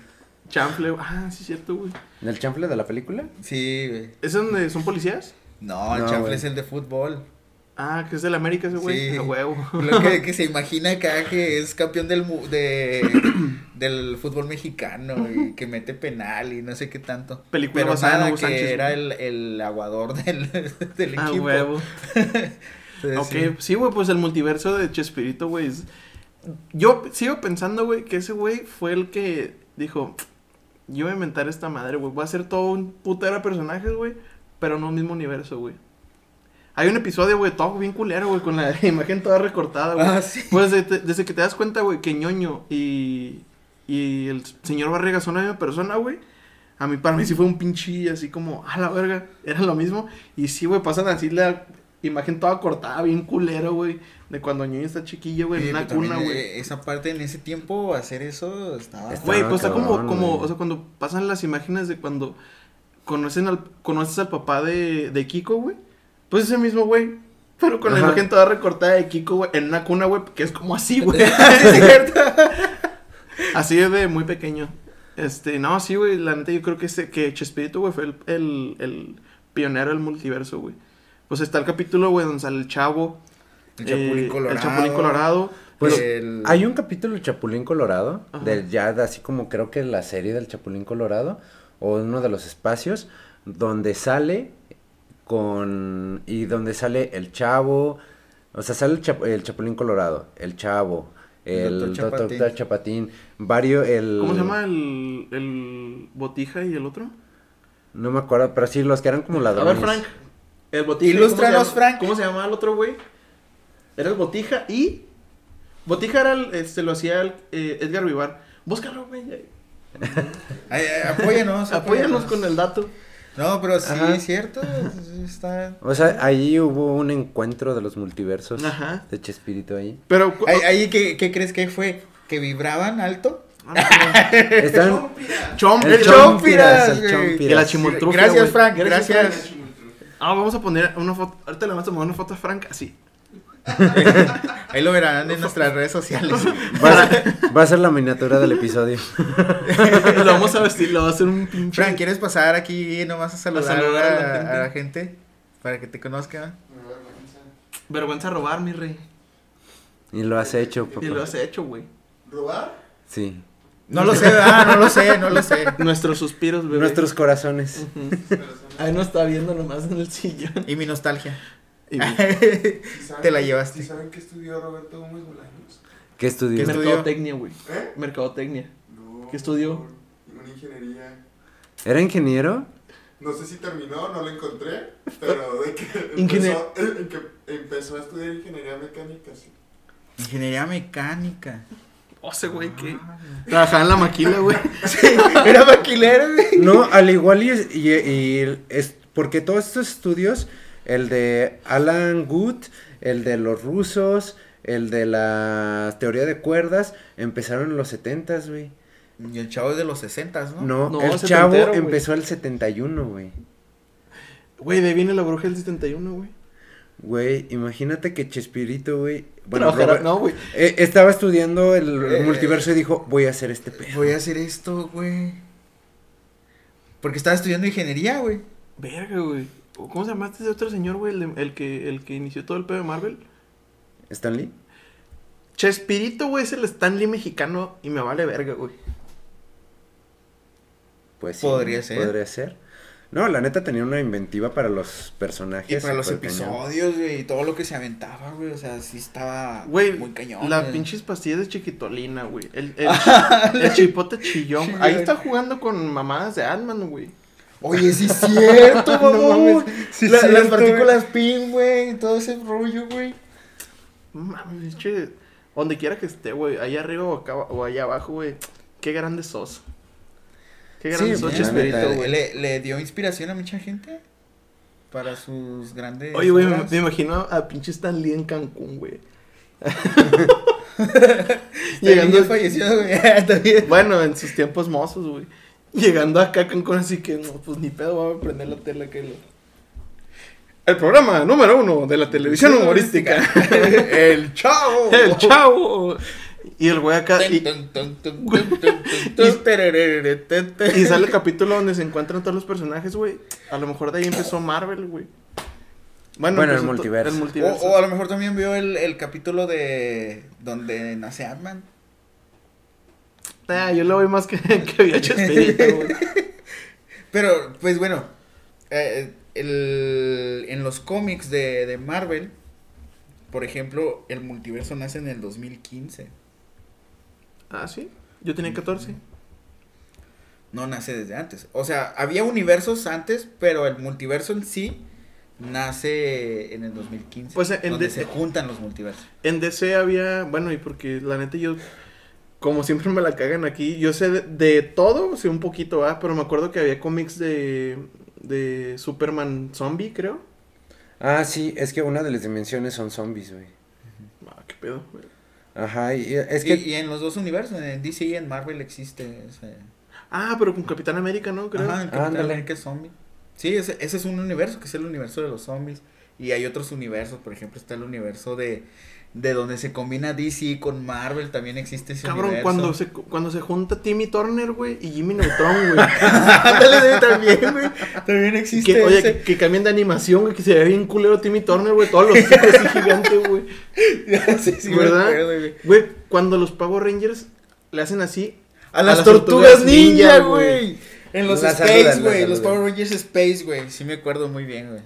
S4: Chanfle, güey. ah, sí, es cierto, güey.
S3: ¿En el chanfle de la película?
S5: Sí, güey.
S4: ¿Es donde son policías?
S5: No, el
S3: No,
S5: chanfle
S3: güey.
S5: es el de fútbol.
S4: Ah, que es del América ese güey.
S5: Sí.
S4: A huevo.
S5: Lo que, que se imagina acá que es campeón del, mu- de, del fútbol mexicano y que mete penal y no sé qué tanto.
S4: Película
S5: Pero
S4: basada en
S5: nada, que
S4: Hugo Sánchez,
S5: era
S4: güey.
S5: el, el aguador del, del
S4: A
S5: equipo.
S4: huevo.
S5: Entonces,
S4: Ok,
S5: sí.
S4: sí, güey, pues el multiverso de Chespirito, güey. es- Yo sigo pensando, güey, que ese güey fue el que dijo: Yo voy a inventar esta madre, güey. Voy a hacer todo un putero de personajes, güey. Pero no un mismo universo, güey. Hay un episodio, güey, todo bien culero, güey, con la imagen toda recortada, güey.
S5: Ah, sí.
S4: Pues de- desde, que te das cuenta, güey, que ñoño y, y el señor Barriga son la misma persona, güey. A mí, para mí sí fue un pinche así como, a la verga, era lo mismo. Y sí, güey, pasan así la imagen toda cortada, bien culero, güey. De cuando ñoño está chiquillo, Pues, güey,
S5: Sí,
S4: en una
S5: pero
S4: cuna,
S5: también,
S4: güey.
S5: eh, Esa parte en ese tiempo, hacer eso estaba.
S3: Está-
S4: Güey, pues está como,
S3: cabrón,
S4: como,
S3: güey.
S4: o sea, cuando pasan las imágenes de cuando conocen al, conoces al papá de, de Kiko, güey. Pues ese mismo, güey. Pero con la
S3: Ajá.
S4: imagen toda recortada de Kiko, güey, en una cuna, güey, que es como así, güey. Así de muy pequeño. Este, no, sí, güey, la neta yo creo que, ese, que Chespirito, güey, fue el, el, el pionero del multiverso, güey. Pues está el capítulo, güey, donde sale el chavo.
S5: El
S4: eh,
S5: Chapulín Colorado.
S4: El Chapulín Colorado.
S3: Pues
S5: El-
S3: hay un capítulo de Chapulín Colorado,
S4: Ajá.
S3: del ya de- así como creo que la serie del Chapulín Colorado, o uno de los espacios, donde sale con. y donde sale el chavo. O sea, sale el, Chap- el Chapulín Colorado, el chavo, el
S5: Doctor
S3: doctor
S5: Chapatín.
S3: Chapatín, varios. El,
S4: ¿Cómo se llama el, el botija y el otro?
S3: No me acuerdo, pero sí, los que eran como
S4: A
S3: ladrones.
S4: ver, Frank. El botija.
S5: Ilústranos,
S4: ¿cómo se llama-
S5: Frank.
S4: ¿Cómo se llamaba el otro güey? Era el botija y. Botija era el. Este, lo hacía el, eh, Edgar Vivar. Búscalo, güey.
S5: Ay, ay, apóyanos,
S4: Apóyanos con el dato.
S5: No, pero sí,
S3: Ajá.
S5: es cierto. sí Está...
S3: O sea, ahí hubo un encuentro de los multiversos
S4: Ajá.
S3: de Chespirito ahí.
S4: Pero. cu-
S5: Ahí, ahí, ¿qué, qué crees que fue? ¿Que vibraban alto?
S4: Ah,
S3: Están,
S4: no. Chom,
S3: El
S4: el
S3: chom.
S4: chom.
S3: Chompiras, el
S5: güey.
S3: Chompiras.
S4: Y la chimoltrufia,
S5: Gracias,
S4: güey.
S5: Frank,
S4: Gracias,
S5: gracias.
S4: Ah, vamos a poner una foto. Ahorita le vamos a poner una foto a Frank así.
S5: Ahí lo verán en nuestras redes sociales.
S3: va, a ser, va a ser la miniatura del episodio.
S4: lo vamos a vestir, lo va a hacer un pinche.
S5: Frank, ¿quieres pasar aquí nomás a saludar, a,
S4: saludar a la
S5: a
S4: gente.
S5: la gente? Para que te conozcan.
S4: Vergüenza robar, mi rey.
S3: Y lo has hecho, papá.
S4: Y lo has hecho, güey.
S6: ¿Robar?
S3: Sí.
S5: No lo sé, ah, no lo sé, no lo sé.
S4: Nuestros suspiros, bebé. Mm.
S3: Nuestros corazones.
S4: Ahí no está viendo nomás en el sillón.
S5: Y mi nostalgia.
S4: Y-
S6: ¿Sí saben-
S5: te la llevaste.
S6: ¿sí saben que estudió Roberto Gómez Bolaños?
S3: ¿Qué estudió?
S4: ¿Qué
S3: ¿Qué
S4: estudió? Mercadotecnia, güey.
S6: ¿Eh?
S4: Mercadotecnia.
S6: No,
S4: ¿Qué estudió?
S6: Una ingeniería.
S3: ¿Era ingeniero?
S6: No sé si terminó, no la encontré, pero de que empezó,
S4: Ingenier-
S6: en que empezó a estudiar ingeniería mecánica, sí.
S5: Ingeniería mecánica.
S4: O sea, güey, que trabajaba en la maquila, güey.
S5: Era maquilero, güey.
S3: No, al igual y, es- y- y es- porque todos estos estudios, el de Alan Good, el de los rusos, el de la teoría de cuerdas, empezaron en los 70s, güey.
S5: Y el chavo es de los 60, ¿no?
S3: No,
S4: No,
S3: el chavo
S4: setentero, güey.
S3: empezó el 71, güey.
S4: Güey, de ahí viene la bruja del 71, güey.
S3: Güey, imagínate que Chespirito, güey. Bueno,
S4: Trabajará-
S3: Robert-
S4: no, güey.
S3: eh, estaba estudiando el
S5: Eh.
S3: multiverso y dijo, voy a hacer este pedo.
S5: Voy a hacer esto, güey. Porque estaba estudiando ingeniería, güey.
S4: Verga, güey. ¿O ¿Cómo se llamaste ese otro señor, güey? El, de- el que, el que inició todo el pedo de Marvel.
S3: ¿Stanley?
S4: Chespirito, güey, es el Stanley mexicano y me vale verga, güey.
S3: Pues sí,
S5: Podría ser.
S3: Podría ser. No, la neta tenía una inventiva para los personajes.
S5: Y para los
S3: súper cañón.
S5: episodios, güey, y todo lo que se aventaba, güey. O sea, sí estaba
S4: Güey,
S5: muy cañón.
S4: las
S5: güey.
S4: pinches pastillas de chiquitolina, güey. El, el- el chipote chillón.
S5: Chillón.
S4: Ahí está jugando con mamadas de Ant-Man, güey.
S5: Oye, sí es cierto,
S3: No
S5: mamón.
S3: mames, sí es
S5: La- las
S3: cierto,
S5: partículas PIN, güey, y todo ese rollo, güey.
S4: Mames, pinche. Donde quiera que esté, güey. Allá arriba o, acá, o allá abajo, güey. Qué grande sos. Qué grande
S3: Sí,
S4: sos,
S3: la
S4: Chespirito,
S3: neta,
S4: güey.
S5: Le, le dio inspiración a mucha gente para sus grandes.
S4: Oye, güey, me,
S5: obras.
S4: me imagino a pinche Stan Lee en Cancún, güey.
S5: Llegando
S4: Llegando,
S5: el fallecido, güey. También.
S4: bueno, en sus tiempos mozos, güey. Llegando acá a Cancún, así que, no, pues ni pedo, voy a prender la tela que lo... El programa número uno de la televisión humorística.
S5: el chavo.
S4: el chavo. Y el güey acá.
S5: Tun,
S4: Y,
S5: tun, tun, tun, tun, tun, tun, tun, tererere, tun, tun.
S4: y sale el capítulo donde se encuentran todos los personajes, güey. A lo mejor de ahí empezó Marvel, güey.
S3: Bueno, el
S4: empezó to-
S3: multiverso.
S4: El
S5: O,
S4: multiverso.
S5: o a lo mejor también vio el, el capítulo de donde nace Ant-Man.
S4: Ah, yo lo voy más que, que había Chespirito, güey.
S5: Pero, pues bueno, eh, el- en los cómics de, de Marvel, por ejemplo, el multiverso nace en el 2015.
S4: Ah, sí. Yo tenía 14.
S5: No nace desde antes. O sea, había universos antes, pero el multiverso en sí nace en el 2015.
S4: Pues, en
S5: donde
S4: de-
S5: se juntan los multiversos.
S4: En DC había, bueno, y porque la neta yo, como siempre me la cagan aquí, yo sé de, de todo, sé un poquito, ah, pero me acuerdo que había cómics de, de Superman Zombie, creo.
S3: Ah, sí, es que una de las dimensiones son zombies, güey.
S4: Ah, qué pedo. güey.
S3: Ajá, y es
S5: Y-
S3: que...
S5: y, en los dos universos, en DC y en Marvel existe ese...
S4: Ah, pero con Capitán América, ¿no? Creo.
S5: Ajá, el
S3: Ándale.
S5: Capitán América es zombie. Sí, ese, ese es un universo, que es el universo de los zombies. Y hay otros universos, por ejemplo, está el universo de, de donde se combina DC con Marvel, también existe ese
S4: Cabrón,
S5: universo.
S4: cuando se, cuando se junta Timmy Turner, güey, y Jimmy Neutron, güey.
S5: Ándale, güey, también, güey. También existe
S4: que, oye,
S5: ese.
S4: que, que cambien de animación, güey, que se ve bien culero Timmy Turner, güey, todos los chicos así gigantes, güey.
S5: Sí, sí, me
S4: ¿Verdad?
S5: acuerdo, güey.
S4: Güey, cuando los Power Rangers le hacen así
S5: A las, tortugas, ninja, güey. En los
S3: Las
S5: Space,
S3: saludan, las
S5: güey. Los
S3: saludan.
S5: Power Rangers Space, güey. Sí me acuerdo muy bien, güey.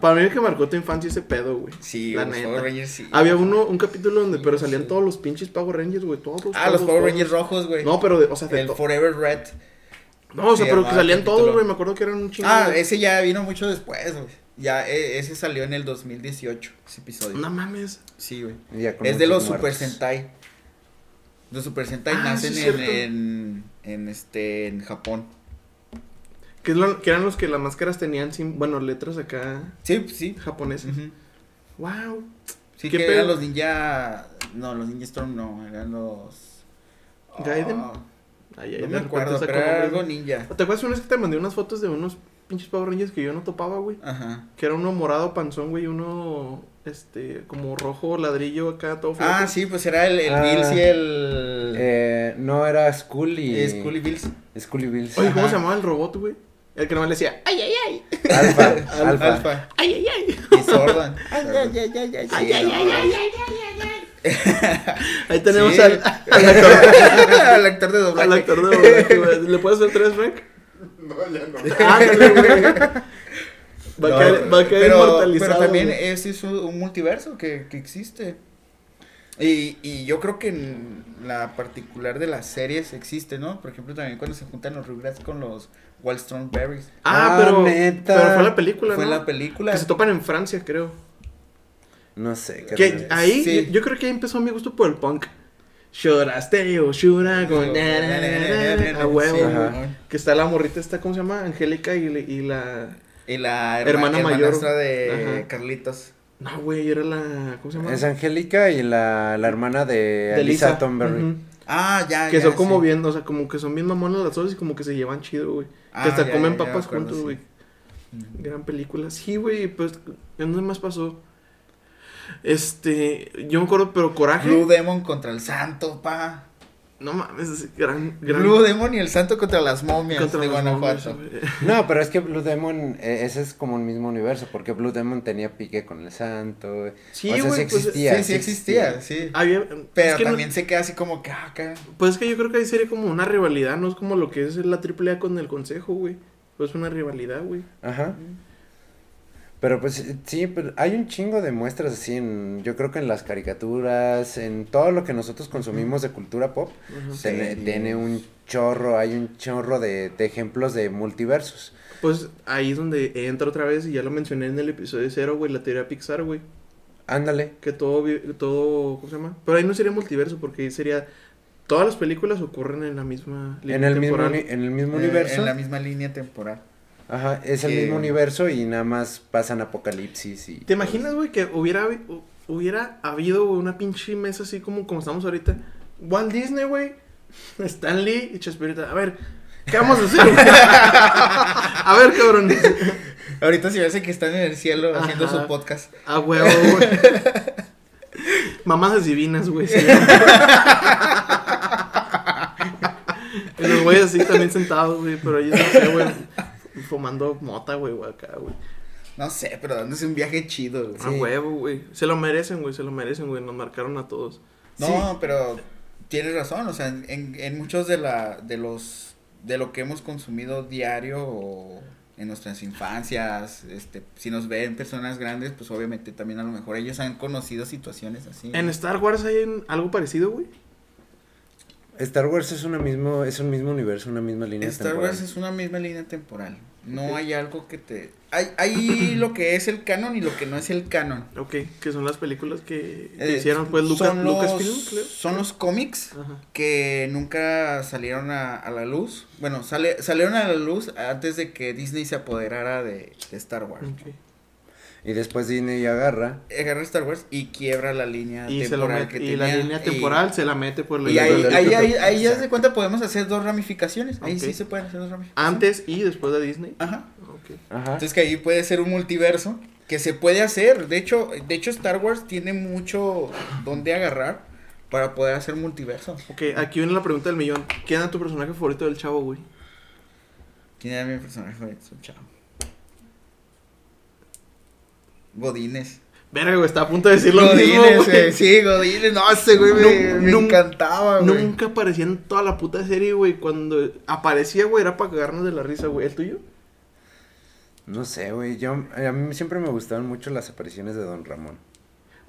S4: Para mí es que marcó tu infancia ese pedo, güey.
S5: Sí,
S4: La
S5: los
S4: neta.
S5: Power Rangers sí.
S4: Había uno, un capítulo donde, pero salían
S5: Sí.
S4: todos los pinches Power Rangers, güey, todos.
S5: Ah,
S4: todos,
S5: los Power
S4: todos.
S5: Rangers rojos, güey.
S4: No, pero, de- o sea, de
S5: el
S4: to-
S5: Forever Red.
S4: No, o sea,
S5: se
S4: pero que
S5: llamaba el
S4: salían todos,
S5: capítulo.
S4: güey, me acuerdo que eran un chingo.
S5: Ah,
S4: de-
S5: ese ya vino mucho después, güey. Ya, e- ese salió en el 2018, ese episodio.
S4: No mames.
S5: Sí, güey.
S3: ya con
S5: Es de los
S3: muchos
S5: Super
S3: muertos.
S5: Sentai. Los Super Sentai
S4: Ah, sí,
S5: nacen
S4: es
S5: en,
S4: cierto.
S5: en, en, este, en Japón.
S4: Que, es lo- que eran los que las máscaras tenían, sin, bueno, letras acá
S5: Sí, pues sí.
S4: japonesas.
S5: Ujú.
S4: Wow.
S5: Sí,
S4: ¿Qué
S5: que
S4: pedo?
S5: eran los ninja. No, los ninja Storm no, eran los. Ah,
S4: ¿Gaiden? Ay, ay, de
S5: no me
S4: repente
S5: acuerdo,
S4: saco
S5: pero era
S4: nombres.
S5: algo ninja.
S4: ¿Te acuerdas una vez que te mandé unas fotos de unos pinches Power Rangers que yo no topaba, güey?
S5: Ajá.
S4: Que era uno morado panzón, güey, y uno, este, como rojo ladrillo acá, todo
S5: Ah, sí, pues era el, el
S3: Ah.
S5: Bills y el.
S3: Eh, no, era Scully.
S5: eh, Scully Bills.
S3: Scully Bills.
S4: Oye, ¿cómo
S5: Ajá.
S4: se llamaba el robot, güey? El que nomás le decía, ay, ay, ay,
S3: Alfa,
S5: Alfa.
S3: Alfa.
S4: ay, ay, ay.
S5: Y Sordan.
S4: Ay, ay, ay, ay, ay, Ahí tenemos
S5: Tenemos
S4: al,
S5: al, actor, al actor de doblaje.
S4: al actor de doblaje, güey. ¿Le puedes hacer tres, Frank?
S6: No, ya no.
S4: Ándale, güey. Va a
S5: No,
S4: caer, va a caer
S5: pero,
S4: inmortalizado.
S5: pero también
S4: güey.
S5: ese es un un multiverso que, que existe. Y, y yo creo que en la particular de las series existe, ¿no? Por ejemplo, también cuando se juntan los Rugrats con los Wallstone Berries.
S3: Ah,
S4: Ah, pero,
S3: neta.
S4: pero fue la película,
S5: Fue
S4: ¿no?
S5: la película.
S4: Que se topan en Francia, creo.
S3: No sé. qué
S4: Que
S3: raro.
S4: ahí,
S5: Sí.
S4: yo, yo creo que ahí empezó mi gusto por el punk. Shorasteo, shura, con- a huevo,
S5: Sí,
S4: güey.
S5: ajá.
S4: Que está la morrita esta, ¿cómo se llama? Angélica y, le- y la...
S5: Y la
S4: Hermana
S5: hermana,
S4: mayor.
S5: hermanastra de
S4: Ajá.
S5: Carlitos.
S4: No, güey, era la... ¿Cómo se llama?
S3: Es Angélica y la, la hermana de,
S4: De
S3: Lisa
S4: Lisa.
S3: Thornberry.
S4: Ujú.
S5: Ah, ya.
S4: Que
S5: ya,
S4: son como
S5: sí.
S4: bien, o sea, como que son bien mamonas las dos y como que se llevan chido, güey.
S5: Ah,
S4: que hasta
S5: ya,
S4: comen
S5: ya, ya me
S4: papas
S5: acuerdo,
S4: juntos,
S5: sí.
S4: güey. Gran película. Sí, güey, pues, ¿qué nada más pasó? Este, yo me acuerdo, pero Coraje.
S5: Blue Demon contra el santo, pa.
S4: No mames, es gran, gran.
S5: Blue Demon y el santo contra las momias
S4: contra
S5: de
S4: los hombres,
S5: Guanajuato.
S4: güey.
S3: No, pero es que Blue Demon, eh, ese es como un mismo universo, porque Blue Demon tenía pique con el santo. eh.
S4: Sí,
S3: o sea,
S4: güey,
S3: sí
S4: pues,
S3: existía.
S5: Sí, sí existía, sí.
S4: Había,
S5: Pero
S4: Ah, eh, es que no-
S5: también se queda así como que, ah, cabrón.
S4: pues es que yo creo que ahí sería como una rivalidad, no es como lo que es la AAA con el Consejo, güey. Pues una rivalidad, güey.
S3: Ajá. Pero pues sí, pero hay un chingo de muestras así, en, yo creo que en las caricaturas, en todo lo que nosotros consumimos de cultura pop, tiene,
S5: Sí.
S3: tiene un chorro, hay un chorro de, de ejemplos de multiversos.
S4: Pues ahí es donde entra otra vez, y ya lo mencioné en el episodio cero, güey, la teoría Pixar, güey.
S3: Ándale.
S4: Que todo, vi- todo, ¿cómo se llama? Pero ahí no sería multiverso, porque ahí sería, todas las películas ocurren en la misma
S3: En
S4: línea
S3: el, mismo,
S4: temporal.
S3: uni- en el mismo
S5: Eh,
S3: universo.
S5: En la misma línea temporal.
S3: Ajá, es el
S5: que-
S3: mismo universo y nada más pasan apocalipsis y...
S4: ¿Te imaginas, güey, que hubiera, habi- hu- hubiera habido güey, una pinche mesa así como, como estamos ahorita? Walt Disney, güey, Stan Lee y Chespirita. A ver, ¿qué vamos a hacer? güey? a ver, cabrón.
S5: Ahorita se hace que están en el cielo haciendo
S4: Ajá.
S5: su podcast.
S4: A huevo, güey. Mamadas divinas, güey. sí. Y Los güeyes así también sentados, güey, pero ellos no sé, güey. Fumando mota, güey, güey, acá, güey.
S5: No sé, pero dándose un viaje chido, güey.
S4: A Ah, huevo, güey. Se lo merecen, güey, se lo merecen, güey. Nos marcaron a todos.
S5: No, pero tienes razón, o sea, en, en muchos de la de los de lo que hemos consumido diario o en nuestras infancias, este, si nos ven personas grandes, pues obviamente también a lo mejor ellos han conocido situaciones así.
S4: ¿En Star Wars hay un- algo parecido, güey?
S3: Star Wars es, una mismo, es un mismo universo, una misma línea
S5: Star
S3: temporal.
S5: Wars es una misma línea temporal. No hay algo que te hay hay lo que es el canon y lo que no es el canon.
S4: Ok, que son las películas que, que
S5: Eh,
S4: hicieron pues Lucas,
S5: son los-
S4: Lucasfilm, creo. Ah.
S5: Son los cómics
S4: Ajá.
S5: que nunca salieron a, a la luz. Bueno, sale, salieron a la luz antes de que Disney se apoderara de, de Star Wars.
S4: Ok.
S3: Y después Disney agarra.
S5: Agarra Star Wars y quiebra la línea
S4: Y, se lo
S5: temporal
S4: mete-
S5: que
S4: y la
S5: tenía,
S4: línea
S5: y-
S4: temporal se la mete por la
S5: Y ahí,
S4: línea
S5: ahí, ahí,
S4: temporal.
S5: ahí ya se cuenta podemos hacer dos ramificaciones. Ahí
S4: Ok.
S5: sí se pueden hacer dos ramificaciones.
S4: Antes y después de Disney.
S5: Ajá.
S4: Ok.
S3: Ajá.
S5: Entonces que ahí puede ser un multiverso que se puede hacer. De hecho, de hecho Star Wars tiene mucho donde agarrar para poder hacer multiverso.
S4: Ok, aquí viene la pregunta del millón. ¿Quién era tu personaje favorito del chavo, güey?
S5: ¿Quién era mi personaje favorito? Chao. Godines.
S4: Verga, güey, está a punto de decir lo mismo, güey.
S5: güey. eh, Sí, Godines. No, ese güey me,
S4: Nun-
S5: me
S4: nun-
S5: encantaba, güey.
S4: Nunca aparecía en toda la puta serie, güey. Cuando aparecía, güey, era para cagarnos de la risa, güey. ¿El tuyo?
S3: No sé, güey. Yo, a mí siempre me gustaban mucho las apariciones de Don Ramón.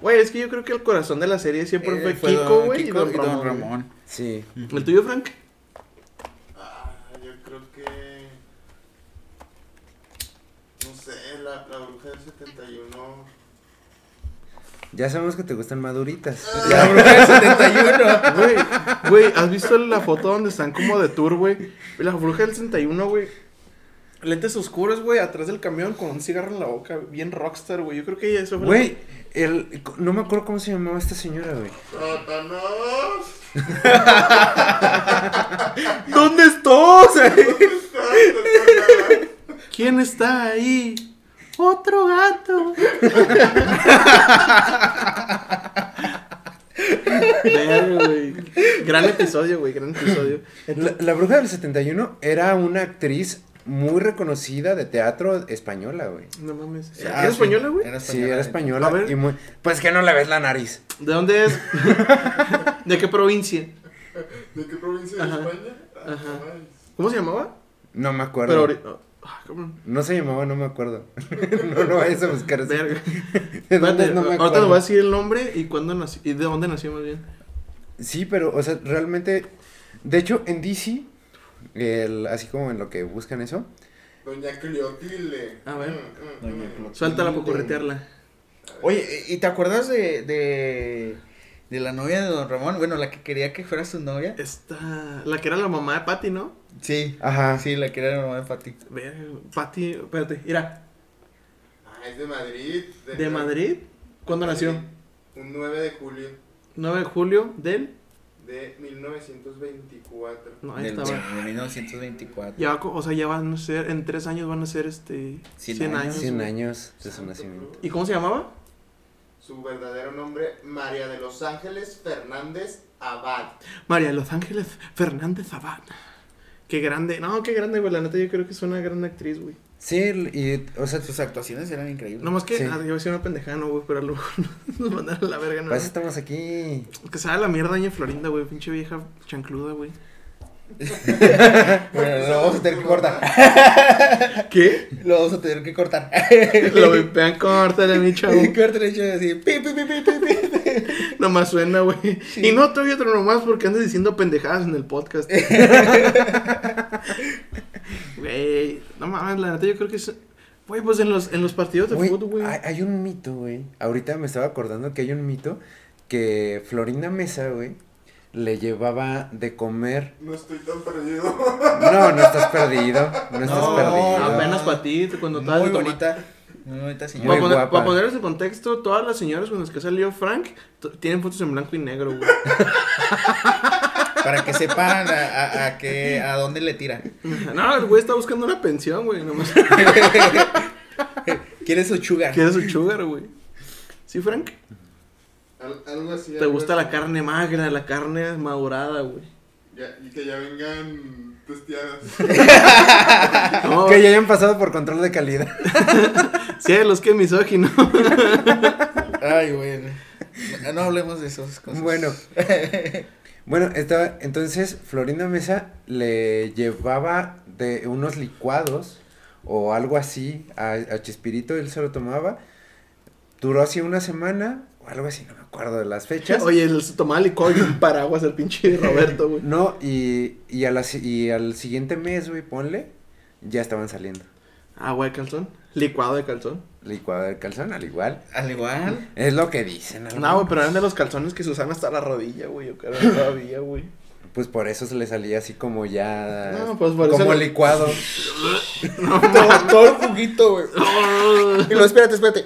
S4: Güey, es que yo creo que el corazón de la serie siempre
S5: Eh,
S4: fue,
S5: fue
S4: Kiko,
S5: don-
S4: güey, y
S5: Kiko
S4: Don,
S5: y Don
S4: Ramón. güey.
S5: Ramón.
S3: Sí.
S4: ¿El tuyo, Frank?
S6: Ah, yo creo que. No sé, la, la bruja del 71.
S3: Ya sabemos que te gustan maduritas.
S5: La bruja del 71.
S4: Güey, güey, ¿has visto la foto donde están como de tour, güey? La bruja del 61, güey. Lentes oscuros, güey, atrás del camión con un cigarro en la boca. Bien rockstar, güey. Yo creo que eso fue...
S3: Güey, el, no me acuerdo cómo se llamaba esta señora, güey.
S6: ¡Satanás!
S4: ¿Dónde estás?
S6: ¡Satanás!
S4: ¿Quién está ahí? Otro gato. Verga, güey. Gran episodio, güey, gran episodio.
S3: La, la Bruja del 71 era una actriz muy reconocida de teatro española, güey.
S4: No mames.
S5: Ah,
S4: ¿Eres
S5: sí,
S4: española, güey?
S5: Era
S3: Sí, era española.
S4: A ver.
S3: y muy- Pues que no le ves la nariz.
S4: ¿De dónde es? ¿De qué provincia?
S6: ¿De qué provincia de
S4: Ajá.
S6: España? Ah,
S4: Ajá.
S6: no mames.
S4: ¿Cómo se llamaba?
S3: No me acuerdo.
S4: Pero ahori- Ah, cabrón.
S3: No se llamaba, no me acuerdo. no, no vayas a buscar eso.
S4: Verga.
S3: ¿De dónde?
S4: Espérate,
S3: No me
S4: ahorita
S3: acuerdo.
S4: nos va a decir el nombre y cuándo nació, y de dónde nació más bien.
S3: Sí, pero, o sea, realmente. De hecho, en DC, el- así como en lo que buscan eso,
S6: Doña Cleotilde.
S4: A ver.
S6: Mm, mm,
S5: Doña
S6: mm.
S5: Clotilde.
S4: Suéltala para corretearla.
S5: Oye, eh, ¿y te acuerdas de, de, de la novia de Don Ramón? Bueno, la que quería que fuera su novia.
S4: Esta. La que era la mamá de Patty, ¿no?
S5: Sí.
S3: Ajá.
S5: Sí, la que era la mamá de Pati.
S4: Verga, Patty, espérate, mira.
S6: Ah, es de Madrid.
S4: ¿De Madrid? ¿Cuándo nació?
S6: Un 9 de julio
S4: 9 de julio del.
S6: de 1924.
S4: No, ahí
S5: Del,
S4: estaba.
S5: de 1924.
S4: Ya, va co- o sea, ya van a ser, en tres años van a ser este.
S5: Cien
S4: 100
S5: años.
S4: años.
S3: 100 años de su nacimiento.
S4: ¿Y cómo se llamaba?
S6: Su verdadero nombre, María de los Ángeles Fernández Abad.
S4: María de Los Ángeles Fernández Abad. Qué grande. No, qué grande, güey. La neta, yo creo que es una gran actriz, güey.
S3: Sí, y, o sea,
S5: Sus actuaciones eran increíbles.
S4: Nomás que
S3: Sí.
S4: ah, yo iba a ser una pendejada, no, güey, pero a lo mejor nos mandaron a la verga,
S3: para eso
S4: ¿no?
S3: estamos aquí.
S4: Que sabe la mierda doña Florinda, güey, pinche vieja chancluda, güey.
S5: Bueno, lo vamos a tener que cortar.
S4: ¿Qué?
S5: Lo vamos a tener que cortar.
S4: Lo vipean, córtale, mi chavo.
S5: Cortar el show así. Pi, pi, pi, pi, pi, pi.
S4: Nomás suena, güey. Y no te oye otro nomás porque andas diciendo pendejadas en el podcast. Güey, no mames, la neta, yo creo que es. Güey, pues en los, en los partidos
S5: Este
S4: de
S3: Güey,
S4: fútbol, güey.
S3: hay, hay un mito, güey. Ahorita me estaba acordando que hay un mito que Florinda Mesa, güey, le llevaba de comer.
S6: No estoy tan perdido.
S3: No, no estás perdido. No estás
S5: No,
S3: perdido.
S4: apenas para ti, cuando estabas
S5: Muy
S4: de toma-
S5: bonita. Muy bonita
S4: Para
S5: señora.
S3: Muy
S4: poner,
S3: guapa.
S4: para ponerles en contexto, todas las señoras con las que salió Frank t- tienen fotos en blanco y negro, güey.
S5: Para que sepan a, a, a qué, a dónde le tira.
S4: No, el güey está buscando una pensión, güey. Nomás
S5: Quiere su chuga.
S4: quiere su sugar, güey. ¿Sí, Frank?
S6: Al- algo así.
S4: Te
S6: algo
S4: gusta
S6: así.
S4: la carne magra, la carne madurada, güey.
S6: Ya- y que ya vengan testeadas.
S4: No,
S3: Que ya hayan pasado por control de calidad.
S4: cielos, qué misógino.
S5: Ay, bueno. No hablemos de esas cosas.
S3: Bueno. Bueno, estaba, entonces Florinda Mesa le llevaba de unos licuados o algo así a, a Chespirito, él se lo tomaba, duró así una semana o algo así, no me acuerdo de las fechas.
S4: Oye, el se tomaba licor y un paraguas al pinche Roberto, güey.
S3: No, y, y, a la si- y al siguiente mes, güey, ponle, ya estaban saliendo.
S4: Agua de Ah, calzón, licuado de calzón.
S3: Licuado de calzón, al igual.
S5: Al igual.
S3: Es lo que dicen.
S4: No, güey,
S3: algunos.
S4: pero eran de los calzones que se usaban hasta la rodilla, güey. Yo creo todavía, güey.
S3: Pues por eso se le salía así como ya...
S4: No, pues por eso
S3: Como
S4: le-
S3: licuado.
S5: Todo, todo el juguito, güey. Y luego, espérate, espérate.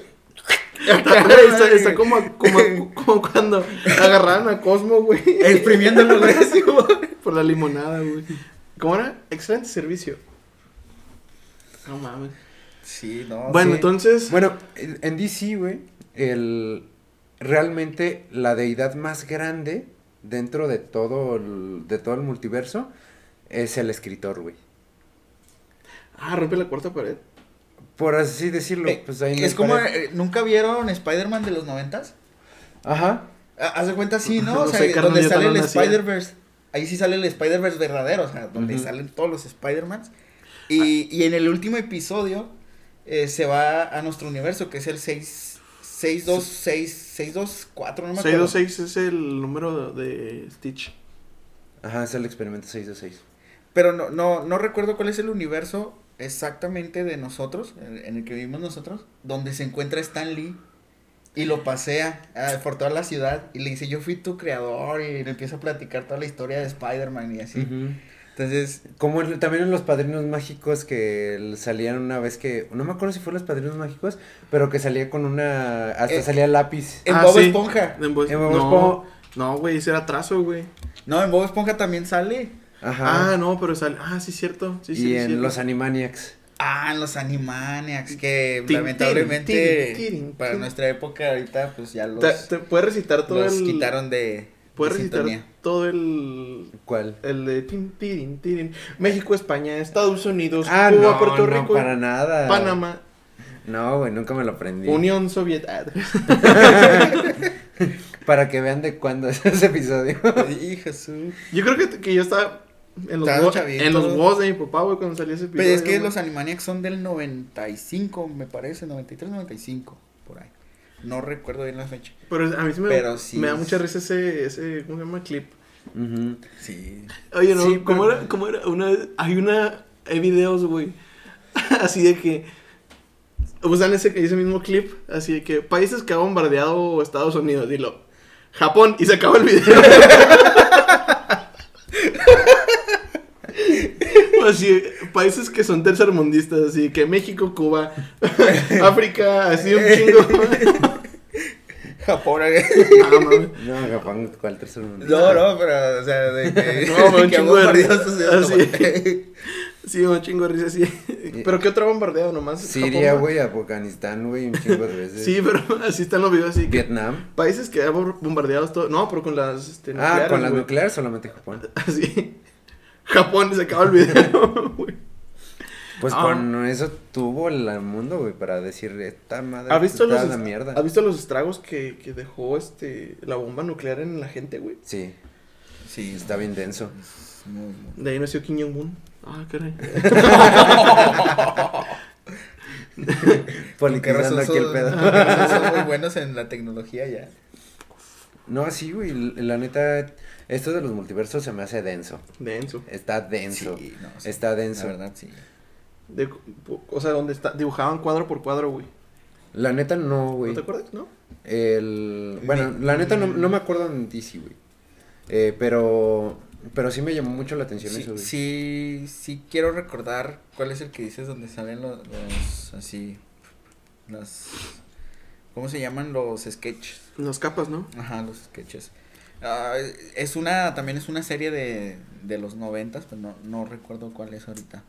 S4: está está como, como, como cuando agarraban a Cosmo, güey.
S5: Exprimiéndolo, güey. así, güey.
S4: Por la limonada, güey. ¿Cómo era? Excelente servicio. No mames.
S5: Sí, no.
S4: bueno,
S3: sí.
S4: entonces.
S3: Bueno, en en DC, güey, el realmente la deidad más grande dentro de todo el, de todo el multiverso es el escritor, güey.
S4: Ah, rompe la cuarta pared.
S3: Por así decirlo,
S5: Eh,
S3: pues ahí en
S5: es
S3: el
S5: como,
S3: pare-
S5: eh, ¿nunca vieron Spider-Man de los noventas?
S3: Ajá.
S5: Ah, Haz de cuenta, sí, ¿no?
S4: No
S5: O sea,
S4: sé, carnal,
S5: donde
S4: yo
S5: sale
S4: también
S5: el
S4: nacía.
S5: Spider-Verse. Ahí sí sale el Spider-Verse verdadero, o sea, donde
S3: Ujú.
S5: salen todos los Spider-Mans.
S4: Ah.
S5: Y, y en el último episodio eh, se va a nuestro universo, que es el 6, 626, 624, no me acuerdo.
S4: 626 es el número de Stitch.
S3: Ajá, es el experimento 626.
S5: Pero no, no, no recuerdo cuál es el universo exactamente de nosotros, en en el que vivimos nosotros, donde se encuentra Stan Lee y lo pasea ah, por toda la ciudad y le dice, yo fui tu creador y le empieza a platicar toda la historia de Spider-Man y así.
S3: Ujú.
S5: Entonces,
S3: Como en- también en los padrinos mágicos que l- salían una vez que. No me acuerdo si fue los padrinos mágicos, pero que salía con una. Hasta
S5: Eh,
S3: salía lápiz.
S5: en
S4: Ah,
S5: Bob
S4: sí.
S5: Esponja.
S4: En Bob-
S3: En Bob
S4: no,
S3: Esponja.
S4: no, güey, ese era trazo, güey.
S5: No, en Bob Esponja también sale.
S3: Ajá.
S4: Ah, no, pero sale. Ah, sí, cierto. Sí,
S3: y
S4: sí,
S3: en
S4: cierto.
S3: los Animaniacs.
S5: Ah, en los Animaniacs, que
S4: Tin,
S5: lamentablemente
S4: tin, tin, tin,
S5: para
S4: tin.
S5: nuestra época ahorita pues ya los,
S4: Te, te puedes recitar todo
S5: los
S4: el.
S5: quitaron de, de
S4: Puedes recitar
S5: sintonía.
S4: todo el.
S3: ¿Cuál?
S4: El de tin, tirin, tirin. México, España, Estados Unidos,
S3: Ah,
S4: Pues, Cuba,
S3: no, no,
S4: Puerto Rico,
S3: para nada.
S4: Panamá,
S3: No, güey, nunca me lo aprendí.
S4: Unión Soviética.
S3: Para que vean de cuándo es ese episodio.
S5: Ay, Jesús.
S4: Yo creo que, que yo estaba. en los,
S5: Estaba
S4: wo-
S5: chavito.
S4: en los WOS de mi papá, güey, cuando salía ese video.
S5: Pero Pues, es que
S4: güey.
S5: los Animaniacs son del 95, me parece, 93, 95, por ahí. No recuerdo bien la fecha.
S4: Pero a mí sí me,
S5: Pero sí
S4: me da
S5: es-
S4: mucha risa ese, ese, ¿cómo se llama? Clip.
S3: Ujú.
S5: Sí.
S4: Oye, no,
S5: Sí,
S4: ¿cómo,
S5: pero-
S4: era, ¿cómo era? Una, hay una. Hay videos, güey. Así de que. Usan ese, ese mismo clip. Así de que. Países que ha bombardeado Estados Unidos. Dilo. Japón. Y se acaba el video. Así, países que son tercermundistas, así que México, Cuba, África, así un chingo.
S5: Japón.
S4: No, mames.
S3: No, Japón, ¿cuál tercer mundo?
S5: No, no, pero, o sea, de que.
S4: No, me da un
S5: que
S4: chingo de
S5: bombardeó
S4: risa.
S5: Estados Unidos,
S4: Ah, sí.
S5: güey.
S4: Sí, un chingo de risa, sí. Pero qué otro bombardeo nomás.
S3: Siria,
S4: pues, Japón,
S3: güey, Afganistán, güey, un chingo de veces.
S4: Sí, pero así están los videos así. que-
S3: Vietnam.
S4: Países que han bor- bombardeado todo. No, pero con las este,
S3: Ah,
S4: nucleares,
S3: con las
S4: güey.
S3: nucleares solamente Japón.
S4: Así. Japón se acaba el video, güey.
S3: Pues
S4: Ah.
S3: con eso tuvo el mundo, güey, para decir, esta madre
S4: ¿Has visto,
S3: Ah, está
S4: los,
S3: la
S4: est-
S3: mierda.
S4: ¿Has visto los estragos que, que dejó este la bomba nuclear en la gente, güey?
S3: Sí,
S5: Sí, está
S3: está bien denso.
S5: muy, muy-
S4: De ahí nació Kim Jong-un. Ah, caray.
S5: Porque
S3: Politizando
S5: razón
S3: aquí el
S5: son,
S3: pedo.
S5: son muy buenos en la tecnología ya.
S3: No, sí, güey, l- la neta, esto de los multiversos se me hace denso.
S4: Denso.
S3: Está denso.
S5: Sí, no, sí.
S3: Está denso.
S5: La verdad, sí.
S4: De, o sea, donde está, dibujaban cuadro por cuadro, güey.
S3: La neta no, güey.
S4: ¿No te acuerdas? ¿No?
S3: El... Bueno,
S5: Ni-
S3: la neta no, no me acuerdo en DC, güey. Eh, pero... Pero sí me llamó mucho la atención eso,
S5: Sí,
S3: güey.
S5: sí, sí quiero recordar cuál es el que dices donde salen los, los así, las, ¿cómo se llaman? Los sketches.
S4: Las capas, ¿no?
S5: Ajá, los sketches. Ah, es una, también es una serie de, de los noventas, pero no, no recuerdo cuál es ahorita.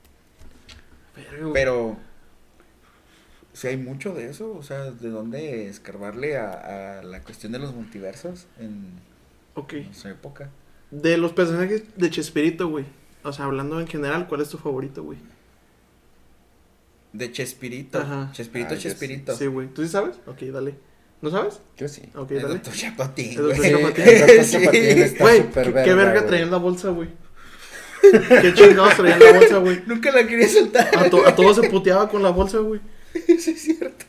S5: Pero, si hay mucho de eso, o sea, ¿de dónde escarbarle a, a la cuestión de los multiversos en
S4: Ok.
S5: nuestra época?
S4: De los personajes de Chespirito, güey. O sea, hablando en general, ¿cuál es tu favorito, güey?
S5: De Chespirito,
S4: Ajá.
S5: Chespirito,
S3: Ah, yo sí.
S5: Chespirito.
S4: Sí, güey. ¿Tú sí sabes? Ok, dale. ¿No sabes?
S3: Yo sí.
S4: Ok,
S5: El
S4: dale.
S5: doctor Chapatín,
S4: El doctor
S5: güey.
S4: Chapatín.
S3: El doctor
S5: Sí.
S3: Chapatín está
S4: Güey,
S3: súper
S4: qué,
S3: verga,
S4: qué verga
S3: güey.
S4: traían la bolsa, güey. Qué chingados traían la bolsa, güey.
S5: Nunca la quería soltar.
S4: A, to- a todos se puteaba con la bolsa, güey.
S5: Sí, es cierto.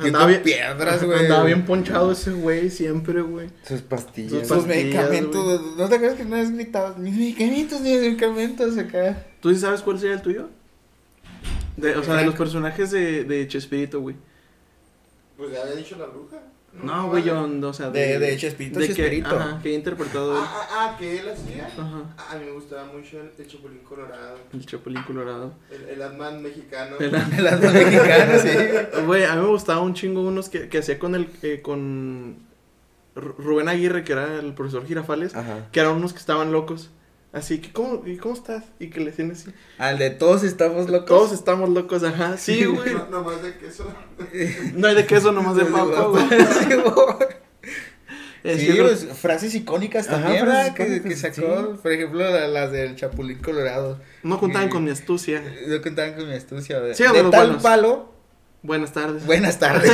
S4: Andaba bien,
S5: piedras, güey.
S4: andaba bien ponchado ese güey siempre, güey.
S3: Sus pastillas.
S4: Sus
S5: Sus
S4: pastillas,
S5: medicamentos. ¿No te acuerdas que una vez gritabas? Mis medicamentos, mis medicamentos acá.
S4: ¿Tú sí sabes cuál sería el tuyo? De- o sea, de
S5: Frank.
S4: los personajes de, de Chespirito, güey.
S6: Pues ya había dicho la bruja.
S4: No, güey, yo, no, o sea,
S5: De- de Chespirito,
S4: que-
S5: Chespirito.
S4: ajá, que he interpretado él.
S6: Ah, ah, ah, que él hacía.
S4: Ajá.
S6: Ah, a mí me gustaba mucho el, el Chapulín Colorado,
S4: El Chapulín Colorado.
S6: el, el Atman mexicano.
S4: El-
S5: El asno mexicano, sí.
S4: Güey, a mí me gustaba un chingo unos que, que hacía con el eh, con Ru- Rubén Aguirre, que era el profesor Girafales,
S5: Ah.
S3: Ajá.
S4: que eran unos que estaban locos. Así que, ¿cómo, y cómo estás? Y que le decían así.
S5: Al de todos estamos locos.
S4: Todos estamos locos, ajá. Sí, güey.
S6: No, nomás de queso.
S4: No hay de queso, nomás de papa, güey.
S5: Sí, güey.
S4: Eh,
S5: Sí,
S4: yo creo-
S5: pues, frases icónicas
S3: Ajá,
S5: también,
S3: frases
S5: ¿verdad? Que, que
S3: icónicas,
S5: sacó, por ejemplo, la- las del Chapulín Colorado.
S4: No contaban
S5: eh,
S4: con mi astucia.
S5: No contaban con mi astucia. De,
S4: Sí,
S5: de
S4: de los
S5: tal
S4: buenos.
S5: palo,
S4: Buenas tardes.
S5: buenas tardes.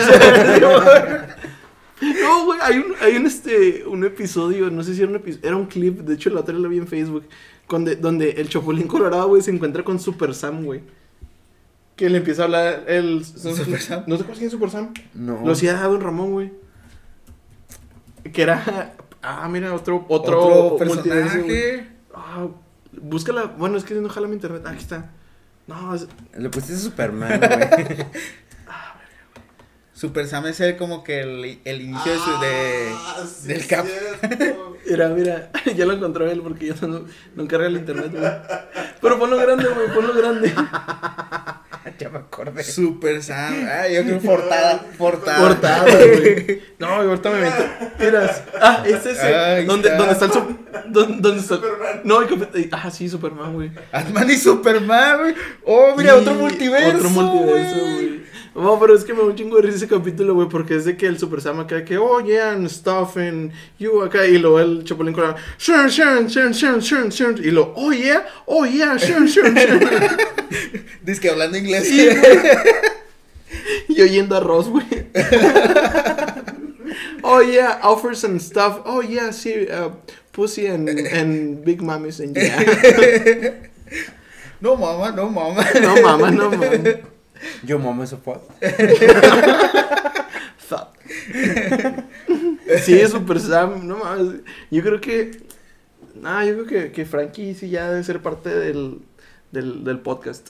S4: No, güey, hay un, hay un, este, un episodio, no sé si era un episodio, era un clip, de hecho la otra vez lo vi en Facebook, donde, donde el Chapulín Colorado, güey, se encuentra con Super Sam, güey. Que le empieza a hablar el...
S5: ¿Super Sam?
S4: ¿No te acuerdas quién es Super Sam?
S3: No.
S4: Lo hacía Don Ramón, güey. Que era... Ah, mira, otro... Otro,
S5: Otro
S4: multiverso, güey.
S5: personaje.
S4: Ah, búscala. Bueno, es que no jala mi internet. Ah, Aquí está. No, es-
S3: Le pusiste Superman, güey.
S5: Super Sam es el, como que el, el inicio de su- de,
S6: Ah, sí,
S5: del cap.
S6: cierto.
S4: mira, mira. ya lo encontró él porque yo no, no carga el internet, güey. Pero ponlo grande, güey, ponlo grande.
S3: ya me acordé.
S5: Super Sam. Ah, yo creo portada. Portada.
S4: Cortado, güey. No, güey, ahorita me meto. Miras. Ah, es ese.
S5: Ahí
S4: ¿Dónde,
S5: está.
S4: ¿Dónde está el sup- dónde, dónde está? No, el cap- Ah, sí, Superman, güey.
S5: Batman y Superman, güey. Oh, mira, otro
S4: Y-
S5: multiverso.
S4: Otro multiverso, güey. No, pero es que me da un chingo de risa ese capítulo, güey, porque es de que el Super Sam acá que, oh, yeah, and stuff, and you acá, y luego el Chapulín Colorado, shun, shun, shun, shun, shun, shun, y lo, oh, yeah, oh, yeah, shun, shun, shun,
S5: Dice que hablando inglés.
S4: Sí, y oyendo arroz, güey. oh, yeah, offers and stuff, oh, yeah, sí, uh, pussy and, and big mummies and yeah.
S5: No, mamá, no, mamá.
S4: No mama, no mama.
S3: Yo mamo eso pod.
S4: Fuck. Sí, Super Sam, no mames. Yo creo que. Ah, yo creo que, que Frankie sí ya debe ser parte del, del, del podcast.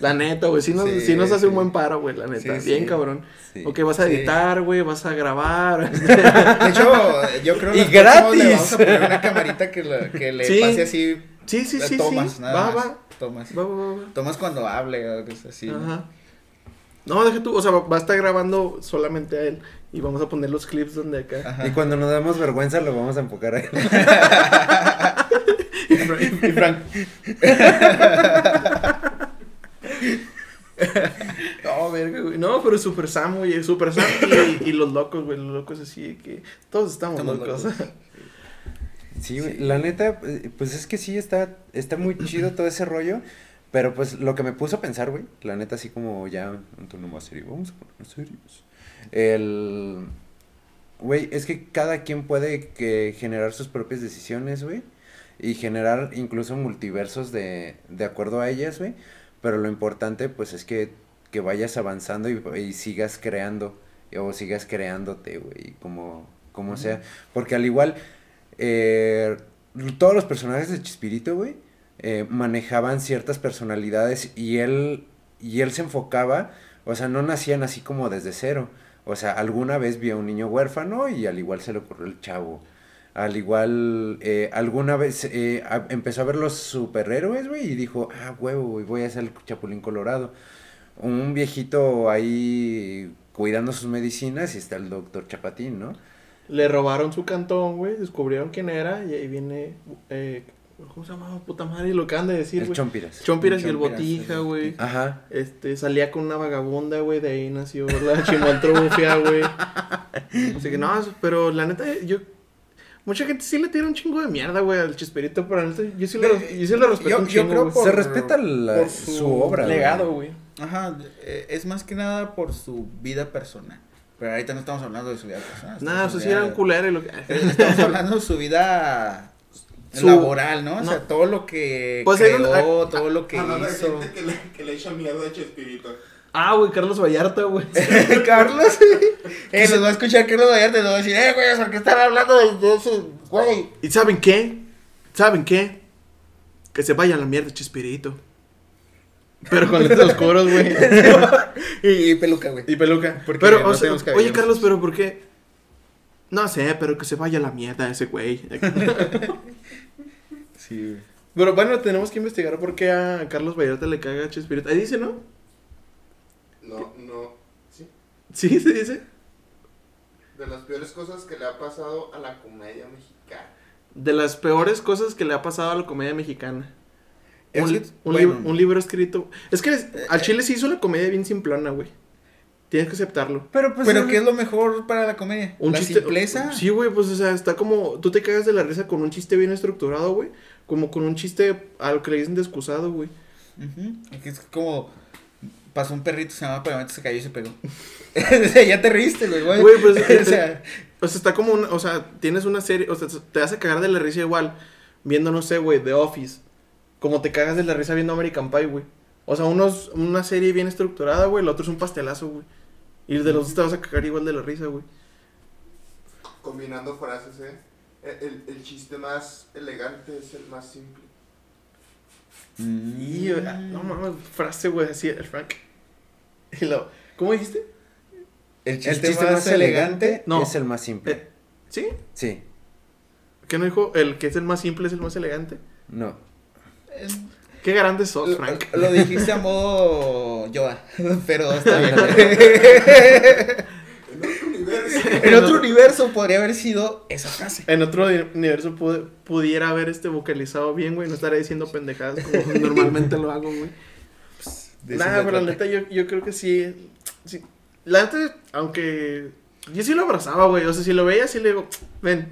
S4: La neta, güey. Sí nos,
S5: Sí,
S4: sí nos hace
S5: sí.
S4: un buen paro, güey, la neta.
S5: Sí,
S4: Bien,
S5: sí.
S4: cabrón.
S5: Sí.
S4: Ok, vas a
S5: Sí.
S4: editar, güey, vas a grabar.
S5: De hecho, yo creo
S3: Y
S5: las próximas le vamos
S3: gratis.
S5: a poner una camarita que, la- que le
S4: Sí.
S5: pase así
S4: sí, sí, sí.
S5: tomas,
S4: sí.
S5: nada
S4: Va,
S5: más.
S4: va,
S5: Tomas.
S4: va, va, va.
S5: Tomas cuando hable, o cosas así. ¿no?
S4: Ajá. No, deja tú, o sea, va va a estar grabando solamente a él y vamos a poner los clips donde acá.
S5: Ajá.
S3: Y cuando nos damos vergüenza lo vamos a enfocar a él.
S5: Y Fra- y Frank.
S4: No, verga, güey. No, pero Super Sam, güey, Super Sam y, y los locos, güey, los locos así de que todos estamos
S5: Estamos
S4: locos.
S3: Sí, güey, la neta, eh, pues es que sí está, está muy chido todo ese rollo. Pero pues lo que me puso a pensar, güey, la neta, así como ya un tono más serio, vamos a ponernos serios. El. Güey, es que cada quien puede que generar sus propias decisiones, güey. Y generar incluso multiversos de, de acuerdo a ellas, güey. Pero lo importante, pues es que, que vayas avanzando y, y sigas creando. O sigas creándote, güey. Como, como sea. Porque al igual, eh, todos los personajes de Chispirito, güey, eh, manejaban ciertas personalidades y él, y él se enfocaba, o sea, no nacían así como desde cero. O sea, alguna vez vio a un niño huérfano y al igual se le ocurrió el chavo. Al igual, eh, alguna vez eh, a- empezó a ver los superhéroes, güey, y dijo, ah, huevo, güey, voy a ser el Chapulín Colorado. Un viejito ahí cuidando sus medicinas y está el doctor Chapatín, ¿no?
S4: Le robaron su cantón, güey, descubrieron quién era y ahí viene, eh, ¿cómo se llamaba? Puta madre, lo que han de decir,
S3: el
S4: güey.
S3: Chompiras.
S4: Chompiras y el
S5: Chompiras,
S4: Botija,
S5: el
S4: güey.
S3: Ajá.
S4: Este, salía con una vagabunda, güey, de ahí nació la chimoltrufia, güey. Así que no, pero la neta, yo... Mucha gente sí le tira un chingo de mierda, güey, al chisperito, pero la neta, yo sí lo, yo sí lo respeto
S5: Yo-
S4: un
S5: yo
S4: chingo,
S5: creo
S4: güey.
S5: por-
S3: Se respeta la-
S5: por
S3: su,
S5: su
S3: obra. güey.
S4: legado, güey.
S5: Ajá, eh, es más que nada por su vida personal. Pero ahorita no estamos hablando de su vida personal.
S4: Nada,
S5: estamos
S4: eso sí era un
S5: hablando-
S4: culero y lo que...
S5: Estamos hablando de su vida
S4: Su-
S5: laboral, ¿no? O sea,
S4: no.
S5: todo lo que
S4: Pues era
S5: creó,
S4: un-
S5: todo lo que
S6: Hablando de
S5: hizo.
S6: gente que le, que le echa miedo a Chespirito.
S4: Ah, güey, Carlos Vallarta, güey.
S5: Carlos, eh, nos va a escuchar Carlos Vallarta y nos va a decir, eh, güey, ¿por qué están hablando de, de ese güey?
S4: ¿Y saben qué? ¿Saben qué? Que se vaya a la mierda, chispirito. Pero con letras coros, güey.
S5: Y, y peluca, güey.
S4: Y peluca.
S5: Porque
S4: pero,
S5: no
S4: o sea,
S5: tenemos cabello.
S4: oye, Carlos, pero ¿por qué? No sé, pero que se vaya a la mierda ese güey.
S5: Sí, güey.
S4: pero bueno, tenemos que investigar por qué a Carlos Vallarta le caga Chespirito. Ahí dice, ¿no?
S6: No, no. Sí.
S4: Sí, se dice.
S6: De las peores cosas que le ha pasado a la comedia mexicana.
S4: De las peores cosas que le ha pasado a la comedia mexicana.
S5: Es
S4: Un,
S5: que,
S4: li- un
S5: bueno. Eh,
S4: libro, un libro escrito. Es que les- al Chile se hizo una comedia bien simplona, güey. Tienes que aceptarlo.
S3: Pero pues.
S5: Pero
S3: el-
S5: ¿qué es lo mejor para la comedia?
S4: Un
S5: ¿La
S4: chiste.
S5: simpleza?
S4: Sí, güey, pues, o sea, está como. Tú te cagas de la risa con un chiste bien estructurado, güey. Como con un chiste a lo que le dicen de excusado, güey.
S5: Ujú. Que Es como pasó un perrito, se llamaba Pegamento, se cayó y se pegó. o sea, ya te riste, güey. güey.
S4: Güey, pues,
S5: o sea,
S4: O sea, está como. Una, o sea, tienes una serie. O sea, te vas a cagar de la risa igual. Viendo, no sé, güey, The Office. Como te cagas de la risa viendo American Pie, güey. O sea, uno es una serie bien estructurada, güey. El otro es un pastelazo, güey. Y de los dos te vas a cagar igual de la risa, güey.
S6: Combinando frases, ¿eh? El, el- el chiste más elegante es el más simple.
S4: Y,
S5: Mm.
S4: ah, no mames, frase, güey, así, el Frank. Y lo, ¿Cómo dijiste?
S5: el
S3: El chiste más, elegante,
S4: No.
S3: es el más simple.
S4: Eh, ¿Sí?
S3: Sí,
S4: ¿Qué no dijo? El que es el más simple es el más elegante.
S3: no.
S4: Qué grande sos,
S5: Lo,
S4: Frank.
S5: lo dijiste a modo Yoda, pero está bien.
S6: En otro universo.
S5: en otro universo podría haber sido esa frase.
S4: En otro di- universo pude- pudiera haber este vocalizado bien, güey. No estaré diciendo pendejadas como normalmente lo hago, güey.
S5: De eso
S4: Nada,
S5: se
S4: pero la
S5: trata.
S4: neta yo, yo creo que sí, sí. La neta, aunque... Yo sí lo abrazaba, güey. O sea, si lo veía, sí le digo, ven,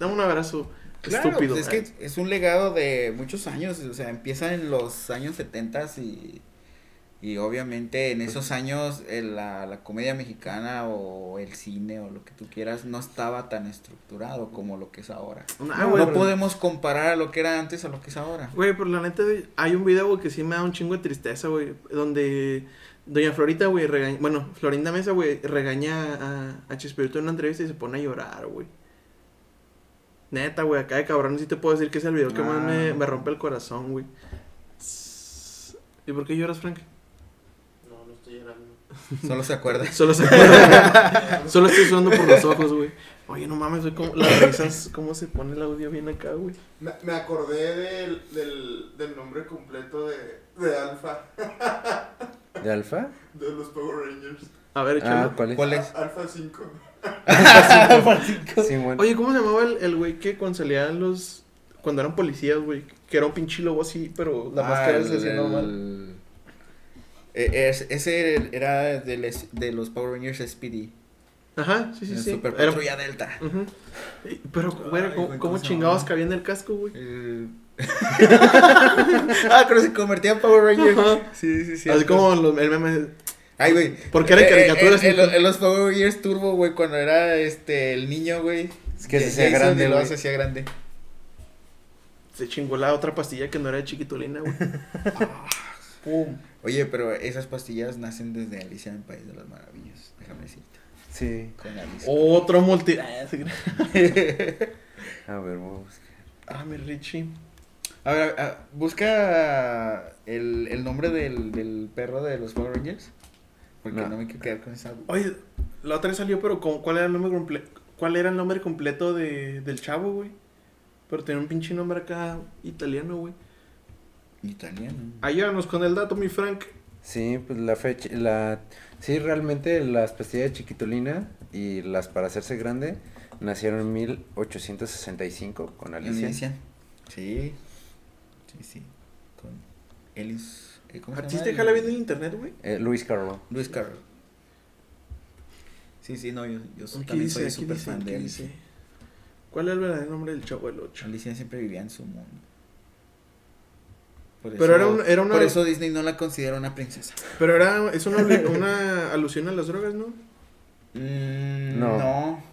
S4: dame un abrazo.
S5: Claro,
S4: estúpido.
S5: pues es que es un legado de muchos años, o sea, empieza en los años 70 y Y obviamente en
S4: Pues
S5: esos años eh, la, la comedia mexicana o el cine o lo que tú quieras no estaba tan estructurado como lo que es ahora.
S4: Ah,
S5: No,
S4: güey, pero-
S5: podemos comparar a lo que era antes a lo que es ahora.
S4: Güey, pero la neta, güey, hay un video, güey, que sí me da un chingo de tristeza, güey. Donde Doña Florita, güey, regaña. Bueno, Florinda Mesa, güey, regaña a, a Chespirito en una entrevista y se pone a llorar, güey. Neta, güey, acá de cabrón sí te puedo decir que es el video que más me,
S5: Ah.
S4: me rompe el corazón, güey. Tss. ¿Y por qué lloras, Frank?
S6: No, no estoy llorando.
S5: Solo se acuerda.
S4: Solo se acuerda. Solo estoy sudando por los ojos, güey. Oye, no mames, güey, cómo- las risas, cómo se pone el audio bien acá, güey.
S6: Me, me acordé del, del, del nombre completo de, de Alfa,
S3: ¿De Alfa?
S6: de los Power Rangers.
S4: A ver, échalo.
S3: Ah, ¿cuál es?
S5: ¿Cuál es?
S6: Alfa 5.
S3: Sí, bueno.
S4: Oye, ¿cómo se llamaba el, el güey que cuando salían los. cuando eran policías, güey? Que era un pinche lobo así, pero la
S5: Ah,
S4: máscara
S5: el-
S4: se hacía normal.
S5: el- e- es- ese era del es- de los Power Rangers Speedy.
S4: Ajá, sí, sí,
S5: el
S4: sí.
S5: Super
S4: Era-
S5: Patrulla Delta.
S4: Ujú. Y- Pero, güey,
S5: Ay,
S4: ¿cómo, cómo
S5: güey, ¿cómo se
S4: chingados
S5: llamaba?
S4: cabía en el casco, güey?
S5: El- Eh. ah, pero se convertía en Power Ranger.
S4: Ajá.
S5: Sí, sí, sí.
S4: Así como los- el meme.
S5: Ay, güey.
S4: Porque eran
S5: Eh, eh,
S4: caricaturas,
S5: En, en
S4: mijo.
S5: lo- en los Power Rangers Turbo, güey, cuando era este el niño, güey.
S3: Es que se
S5: Ja-
S3: hacía
S5: Jason
S3: grande,
S5: y luego
S3: güey.
S5: se hacía grande.
S4: Se chingó la otra pastilla que no era de chiquitolina, güey. Ah,
S5: Pum. Oye, pero esas pastillas nacen desde Alicia en el País de las Maravillas. Déjame decirte.
S3: Sí.
S5: Con Alicia.
S3: Oh.
S4: Otro multi. Ah, sí.
S3: A ver, vamos a buscar.
S4: Ah, mi Richie.
S5: A ver, a- a- busca el, el nombre del, del perro de los Power Rangers. Porque
S3: No.
S5: no, me quiero quedar con esa.
S4: Oye, la otra vez salió, pero con, ¿cuál era el nombre comple- cuál era el nombre completo de, del chavo, güey? Pero tenía un pinche nombre acá italiano, güey.
S5: Italiano.
S4: Ayúdanos con el dato, mi Frank.
S3: Sí, pues la fecha, la... Sí, realmente las pastillas de chiquitolina y las para hacerse grande nacieron en 1865 con Alicia.
S5: Alicia. Sí. Sí, sí. Con Elis. eh, ¿Cómo se
S4: Artista,
S5: llama?
S4: déjala bien en internet, güey.
S3: Eh, Luis Carroll.
S5: Luis Carroll. Sí, sí, no, yo, yo soy-
S4: ¿Qué
S5: Pues
S4: dice?
S5: también soy
S4: ¿Qué
S5: súper
S4: dice?
S5: fan de
S4: ¿Qué
S5: Alicia.
S4: dice? ¿Cuál era el verdadero nombre del chavo del 8?
S5: Alicia siempre vivía en su mundo. Por
S4: Pero era un- era una-
S5: Por eso Disney no la considera una princesa.
S4: Pero era, es una, obli- una alusión a las drogas, ¿no?
S5: Mm,
S3: No.
S5: no.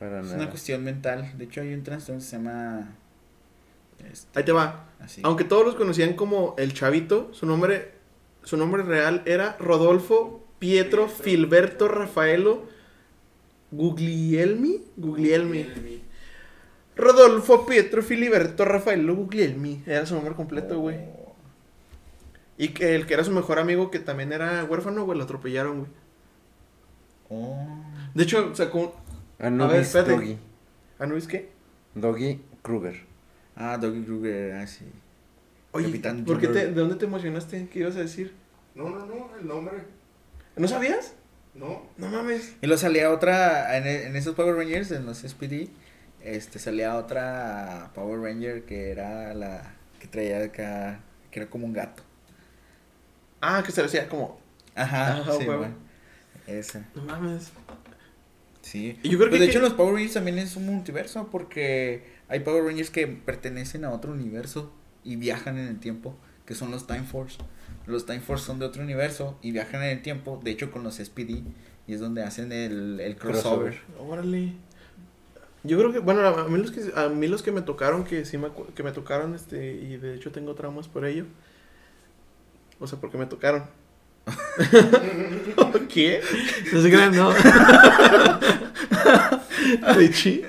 S3: Para
S5: es
S3: nada.
S5: una cuestión mental. De hecho, hay un trastorno que se llama. este,
S4: Ahí te va.
S5: Así.
S4: Aunque todos los conocían como el chavito, su nombre, su nombre real era Rodolfo Pietro Filberto Rafaelo Guglielmi. Guglielmi. Rodolfo Pietro Filiberto Rafaelo Guglielmi. Era su nombre
S5: Oh.
S4: completo, güey. Y que el que era su mejor amigo, que también era huérfano, güey, lo atropellaron, güey.
S5: Oh.
S4: De hecho, sacó un...
S3: Anubis
S4: espérate.
S3: Doggy.
S4: ¿Ah, no es qué?
S3: Doggy Kruger.
S5: Ah, Doggy Kruger, así.
S4: Oye,
S5: Capitán
S4: ¿por qué te-
S5: Junior.
S4: ¿de dónde te emocionaste? ¿Qué ibas a decir?
S6: No, no, no, el nombre.
S4: ¿No sabías?
S6: No.
S4: No mames.
S5: Y luego salía otra, en, e- en esos Power Rangers, en los SPD, este, salía otra Power Ranger que era la que traía acá, que era como un gato.
S4: Ah, que se decía como...
S5: Ajá,
S4: Ajá,
S5: sí,
S4: Ah, huevo.
S5: güey. Esa,
S4: No mames.
S5: sí.
S4: Y yo creo
S5: Pues,
S4: que-
S5: de hecho, los Power Rangers también es un multiverso porque hay Power Rangers que pertenecen a otro universo y viajan en el tiempo, que son los Time Force. Los Time Force son de otro universo y viajan en el tiempo, de hecho, con los SPD, y es donde hacen el, el crossover.
S3: Crossover.
S4: Órale. Yo creo que, bueno, a mí los que, a mí los que me tocaron, que sí me, acu- que me tocaron, este, y de hecho tengo traumas por ello. O sea, porque me tocaron. ¿Qué? No se crean, no. Richie.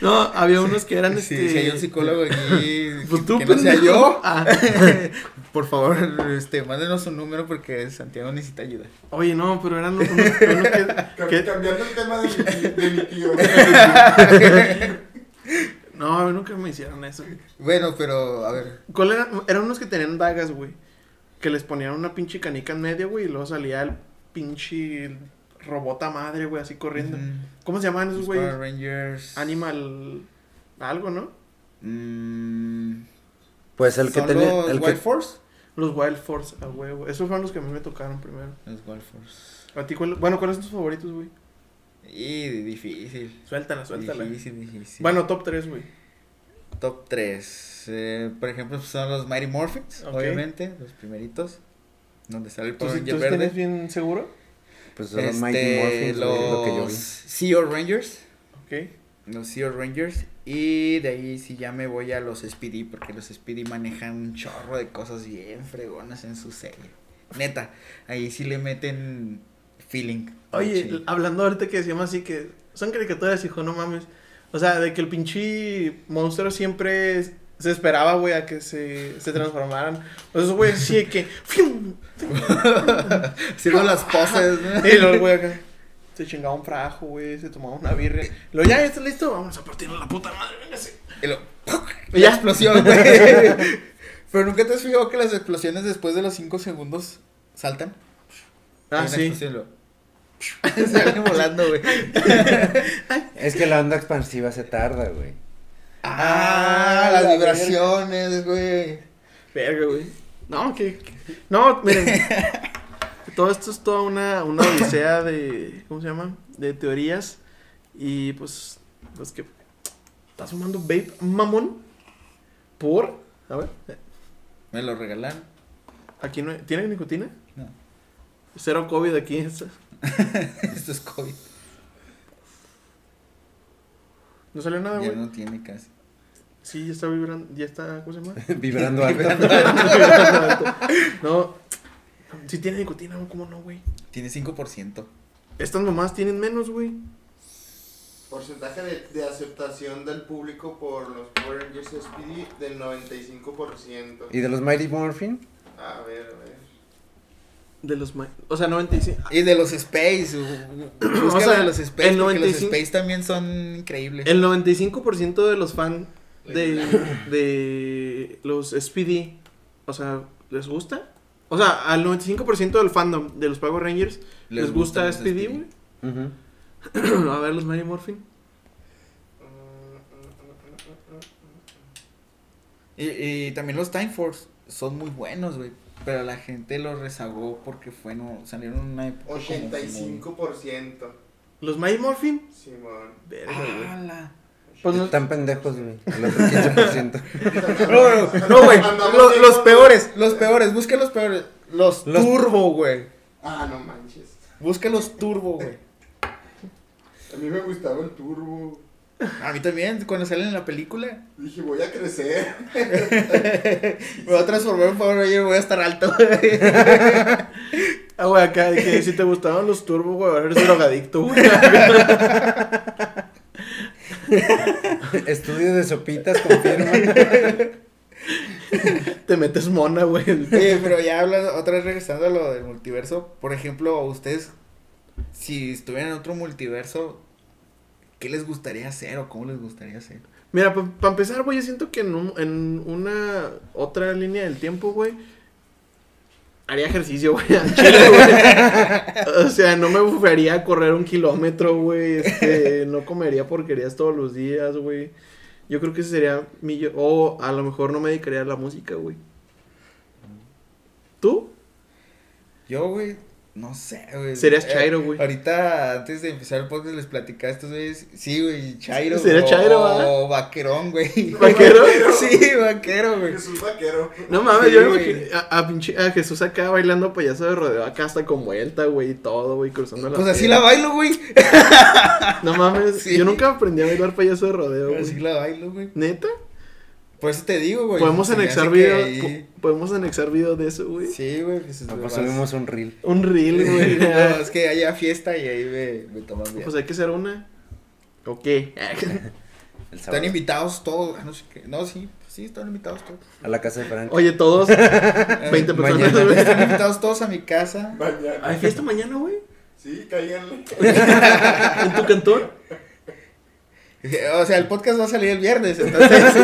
S4: No, había unos que eran,
S5: Sí,
S4: este...
S5: si hay un psicólogo aquí
S4: Pues
S5: que-
S4: tú,
S5: que no sea
S4: pendejo.
S5: yo,
S4: Ah.
S5: por favor, este, mándenos un número porque Santiago necesita ayuda.
S4: Oye, no, pero eran unos, unos que,
S6: Ca-
S4: que-
S6: Cambiando el tema de mi, de mi tío.
S4: No, a mí nunca me hicieron eso.
S5: Bueno, pero a ver,
S4: ¿Cuál era? Eran unos que tenían dagas, güey. Que les ponían una pinche canica en medio, güey, y luego salía el pinche robota madre, güey, así corriendo.
S5: mm,
S4: ¿Cómo se llamaban esos
S5: los
S4: güeyes?
S5: Power Rangers.
S4: Animal. Algo, ¿no?
S5: mm,
S3: Pues el que
S5: ¿son
S3: tenía...
S5: los
S3: El
S5: Wild
S3: que...
S5: Force?
S4: Los Wild Force, a huevo. Esos fueron los que a mí me tocaron primero.
S5: Los Wild Force.
S4: ¿A ti cuál- Bueno, ¿cuáles son tus favoritos, güey?
S5: Y difícil.
S4: Suéltala, suéltala.
S5: Difícil, difícil.
S4: Bueno, top 3, güey.
S5: top Eh, 3. por ejemplo, pues, son los Mighty Morphins,
S4: Ok.
S5: obviamente, los primeritos. donde sale el
S4: ¿Tú, sí-
S5: Power
S4: tú
S5: Ranger
S4: sí tenés
S5: verde.
S4: bien seguro?
S3: Pues son los Mighty
S5: Este,
S3: Morphins, güey, es lo que yo
S5: los
S3: vi.
S5: Sea Rangers.
S4: Ok.
S5: Los Sea Rangers. Y de ahí sí ya me voy a los Speedy. Porque los Speedy manejan un chorro de cosas bien fregonas en su serie. Neta, ahí sí le meten feeling.
S4: Oye,
S5: Machín.
S4: hablando ahorita que decíamos así que son caricaturas, hijo, no mames. O sea, de que el pinche monstruo siempre es- se esperaba, güey, a que se, se transformaran. O sea, güey, así de que. ¡fium!
S5: Hicieron las poses. ¿no?
S4: Y luego, el güey, acá. Se chingaba un frajo, güey, se tomaba una birria. Lo ya, ya está listo, vamos a partir a la puta madre, véngase.
S5: Y lo- La explosión, güey. Pero nunca te has fijado que las explosiones después de los 5 segundos saltan. Hay
S4: Ah,
S5: una
S4: sí.
S5: explosión y lo- Salen volando, güey.
S3: Es que la onda expansiva se tarda, güey.
S5: Ah,
S4: Ah, la
S5: las vibraciones, güey.
S4: Verga, güey. No, que. que- No, miren. todo esto es toda una, una odisea de. ¿Cómo se llama? De teorías. Y pues. Pues que. Estás fumando vape mamón. Por. A ver.
S5: Me lo regalaron.
S4: Aquí no. ¿Tiene nicotina?
S5: No.
S4: Cero COVID aquí. es-
S5: Esto es COVID.
S4: No salió nada,
S5: Ya
S4: Ah, güey.
S5: no tiene casi.
S4: Sí, ya está vibrando. Ya está. ¿Cómo se llama?
S3: Vibrando alto.
S4: no. Si tiene nicotina, ¿cómo no, güey?
S5: Tiene 5%.
S4: Estas mamás tienen menos, güey.
S6: Porcentaje de, de aceptación del público por los Power Rangers Speedy del 95%.
S3: ¿Y de los Mighty Morphin?
S6: A ver, a ver.
S4: De los. ma- O sea, 95.
S5: Y de los Space.
S4: O
S5: o
S4: sea,
S5: sea, de los Space.
S4: el
S5: porque
S4: 95
S5: Los Space también son increíbles.
S4: El 95% de los fans de, de los Speedy, o sea, ¿les gusta? O sea, al 95% del fandom de los Power Rangers, ¿les, gusta,
S5: los
S4: Speedy,
S5: Speedy.
S4: güey?
S3: Pues
S4: A ver, los Mary Morphin.
S6: Mm,
S5: Y, y también los Time Force son muy buenos, güey. Pero la gente los rezagó porque fue, no, salieron en una época. como que muy-
S6: 85%.
S4: ¿Los Mary Morphin?
S6: Simón.
S4: Verga, güey.
S5: ¡Hala!
S4: Pues no-
S3: Están pendejos, güey. El otro 15%.
S5: No, no, no, güey.
S6: Andamos
S5: Lo-
S6: bien
S5: los
S6: con-
S5: peores, pues, los peores. Busca los peores. Los,
S3: Los-
S5: turbo, güey.
S6: Ah, no manches.
S5: Busca los turbo, güey.
S6: A mí me gustaba el turbo.
S5: A mí también, cuando salen en la película.
S6: Dije, voy a crecer.
S5: Me voy a transformar en Power Ranger, voy a estar alto.
S4: Ah, güey, acá, de que si te gustaban los turbos, güey, ahora eres drogadicto, güey.
S3: Estudio de sopitas, confirma.
S4: Te metes mona, güey.
S5: Oye, pero ya hablando, otra vez regresando a lo del multiverso. Por ejemplo, ustedes, si estuvieran en otro multiverso, ¿qué les gustaría hacer o cómo les gustaría hacer?
S4: Mira, para empezar, güey, yo siento que en, un- en una otra línea del tiempo, güey, haría ejercicio, güey, al chile, güey. O sea, no me bufearía a correr un kilómetro, güey, este, no comería porquerías todos los días, güey. Yo creo que ese sería mi yo, o a lo mejor no me dedicaría a la música, güey. ¿Tú?
S5: Yo, güey, no sé, güey. Eh,
S4: Serías Chairo, güey.
S5: ahorita, antes de empezar el podcast, les platicaba a estos güeyes. Sí, güey, Chairo.
S4: Sería
S5: o-
S4: Chairo, ¿verdad?
S5: O vaquerón, güey.
S4: ¿Vaquero?
S5: Sí, vaquero, güey.
S6: Jesús Vaquero.
S4: No mames,
S5: Sí,
S4: yo me
S5: güey.
S4: imagino a, a pinche- a Jesús acá bailando payaso de rodeo acá hasta con vuelta, güey, y todo, güey, cruzando la
S5: Pues así la bailo, güey.
S4: No mames,
S5: Sí.
S4: yo nunca aprendí a bailar payaso de rodeo, güey.
S5: Así la bailo, güey.
S4: ¿Neta?
S5: Por eso te digo, güey.
S4: podemos
S5: se me
S4: anexar
S5: hace que
S4: video,
S5: ahí-
S4: po- podemos anexar video de eso, güey.
S5: Sí, güey. Jesús
S3: No,
S5: me
S3: pues
S5: vas.
S3: subimos un reel.
S4: Un reel, güey. Ah,
S5: no, es que allá fiesta y ahí me, me toman bien.
S4: pues hay que hacer una. Ok.
S3: El
S5: están
S3: sábado.
S5: invitados todos. ah, No, sé qué. no, sí, sí, están invitados todos.
S3: A la casa de Frank.
S4: Oye, todos 20 personas.
S3: Mañana.
S4: güey.
S5: Están invitados todos a mi casa.
S6: Mañana.
S4: ¿Hay fiesta mañana, güey?
S6: Sí, cáiganle.
S4: ¿En tu cantón?
S5: O sea, el podcast va a salir el viernes, entonces.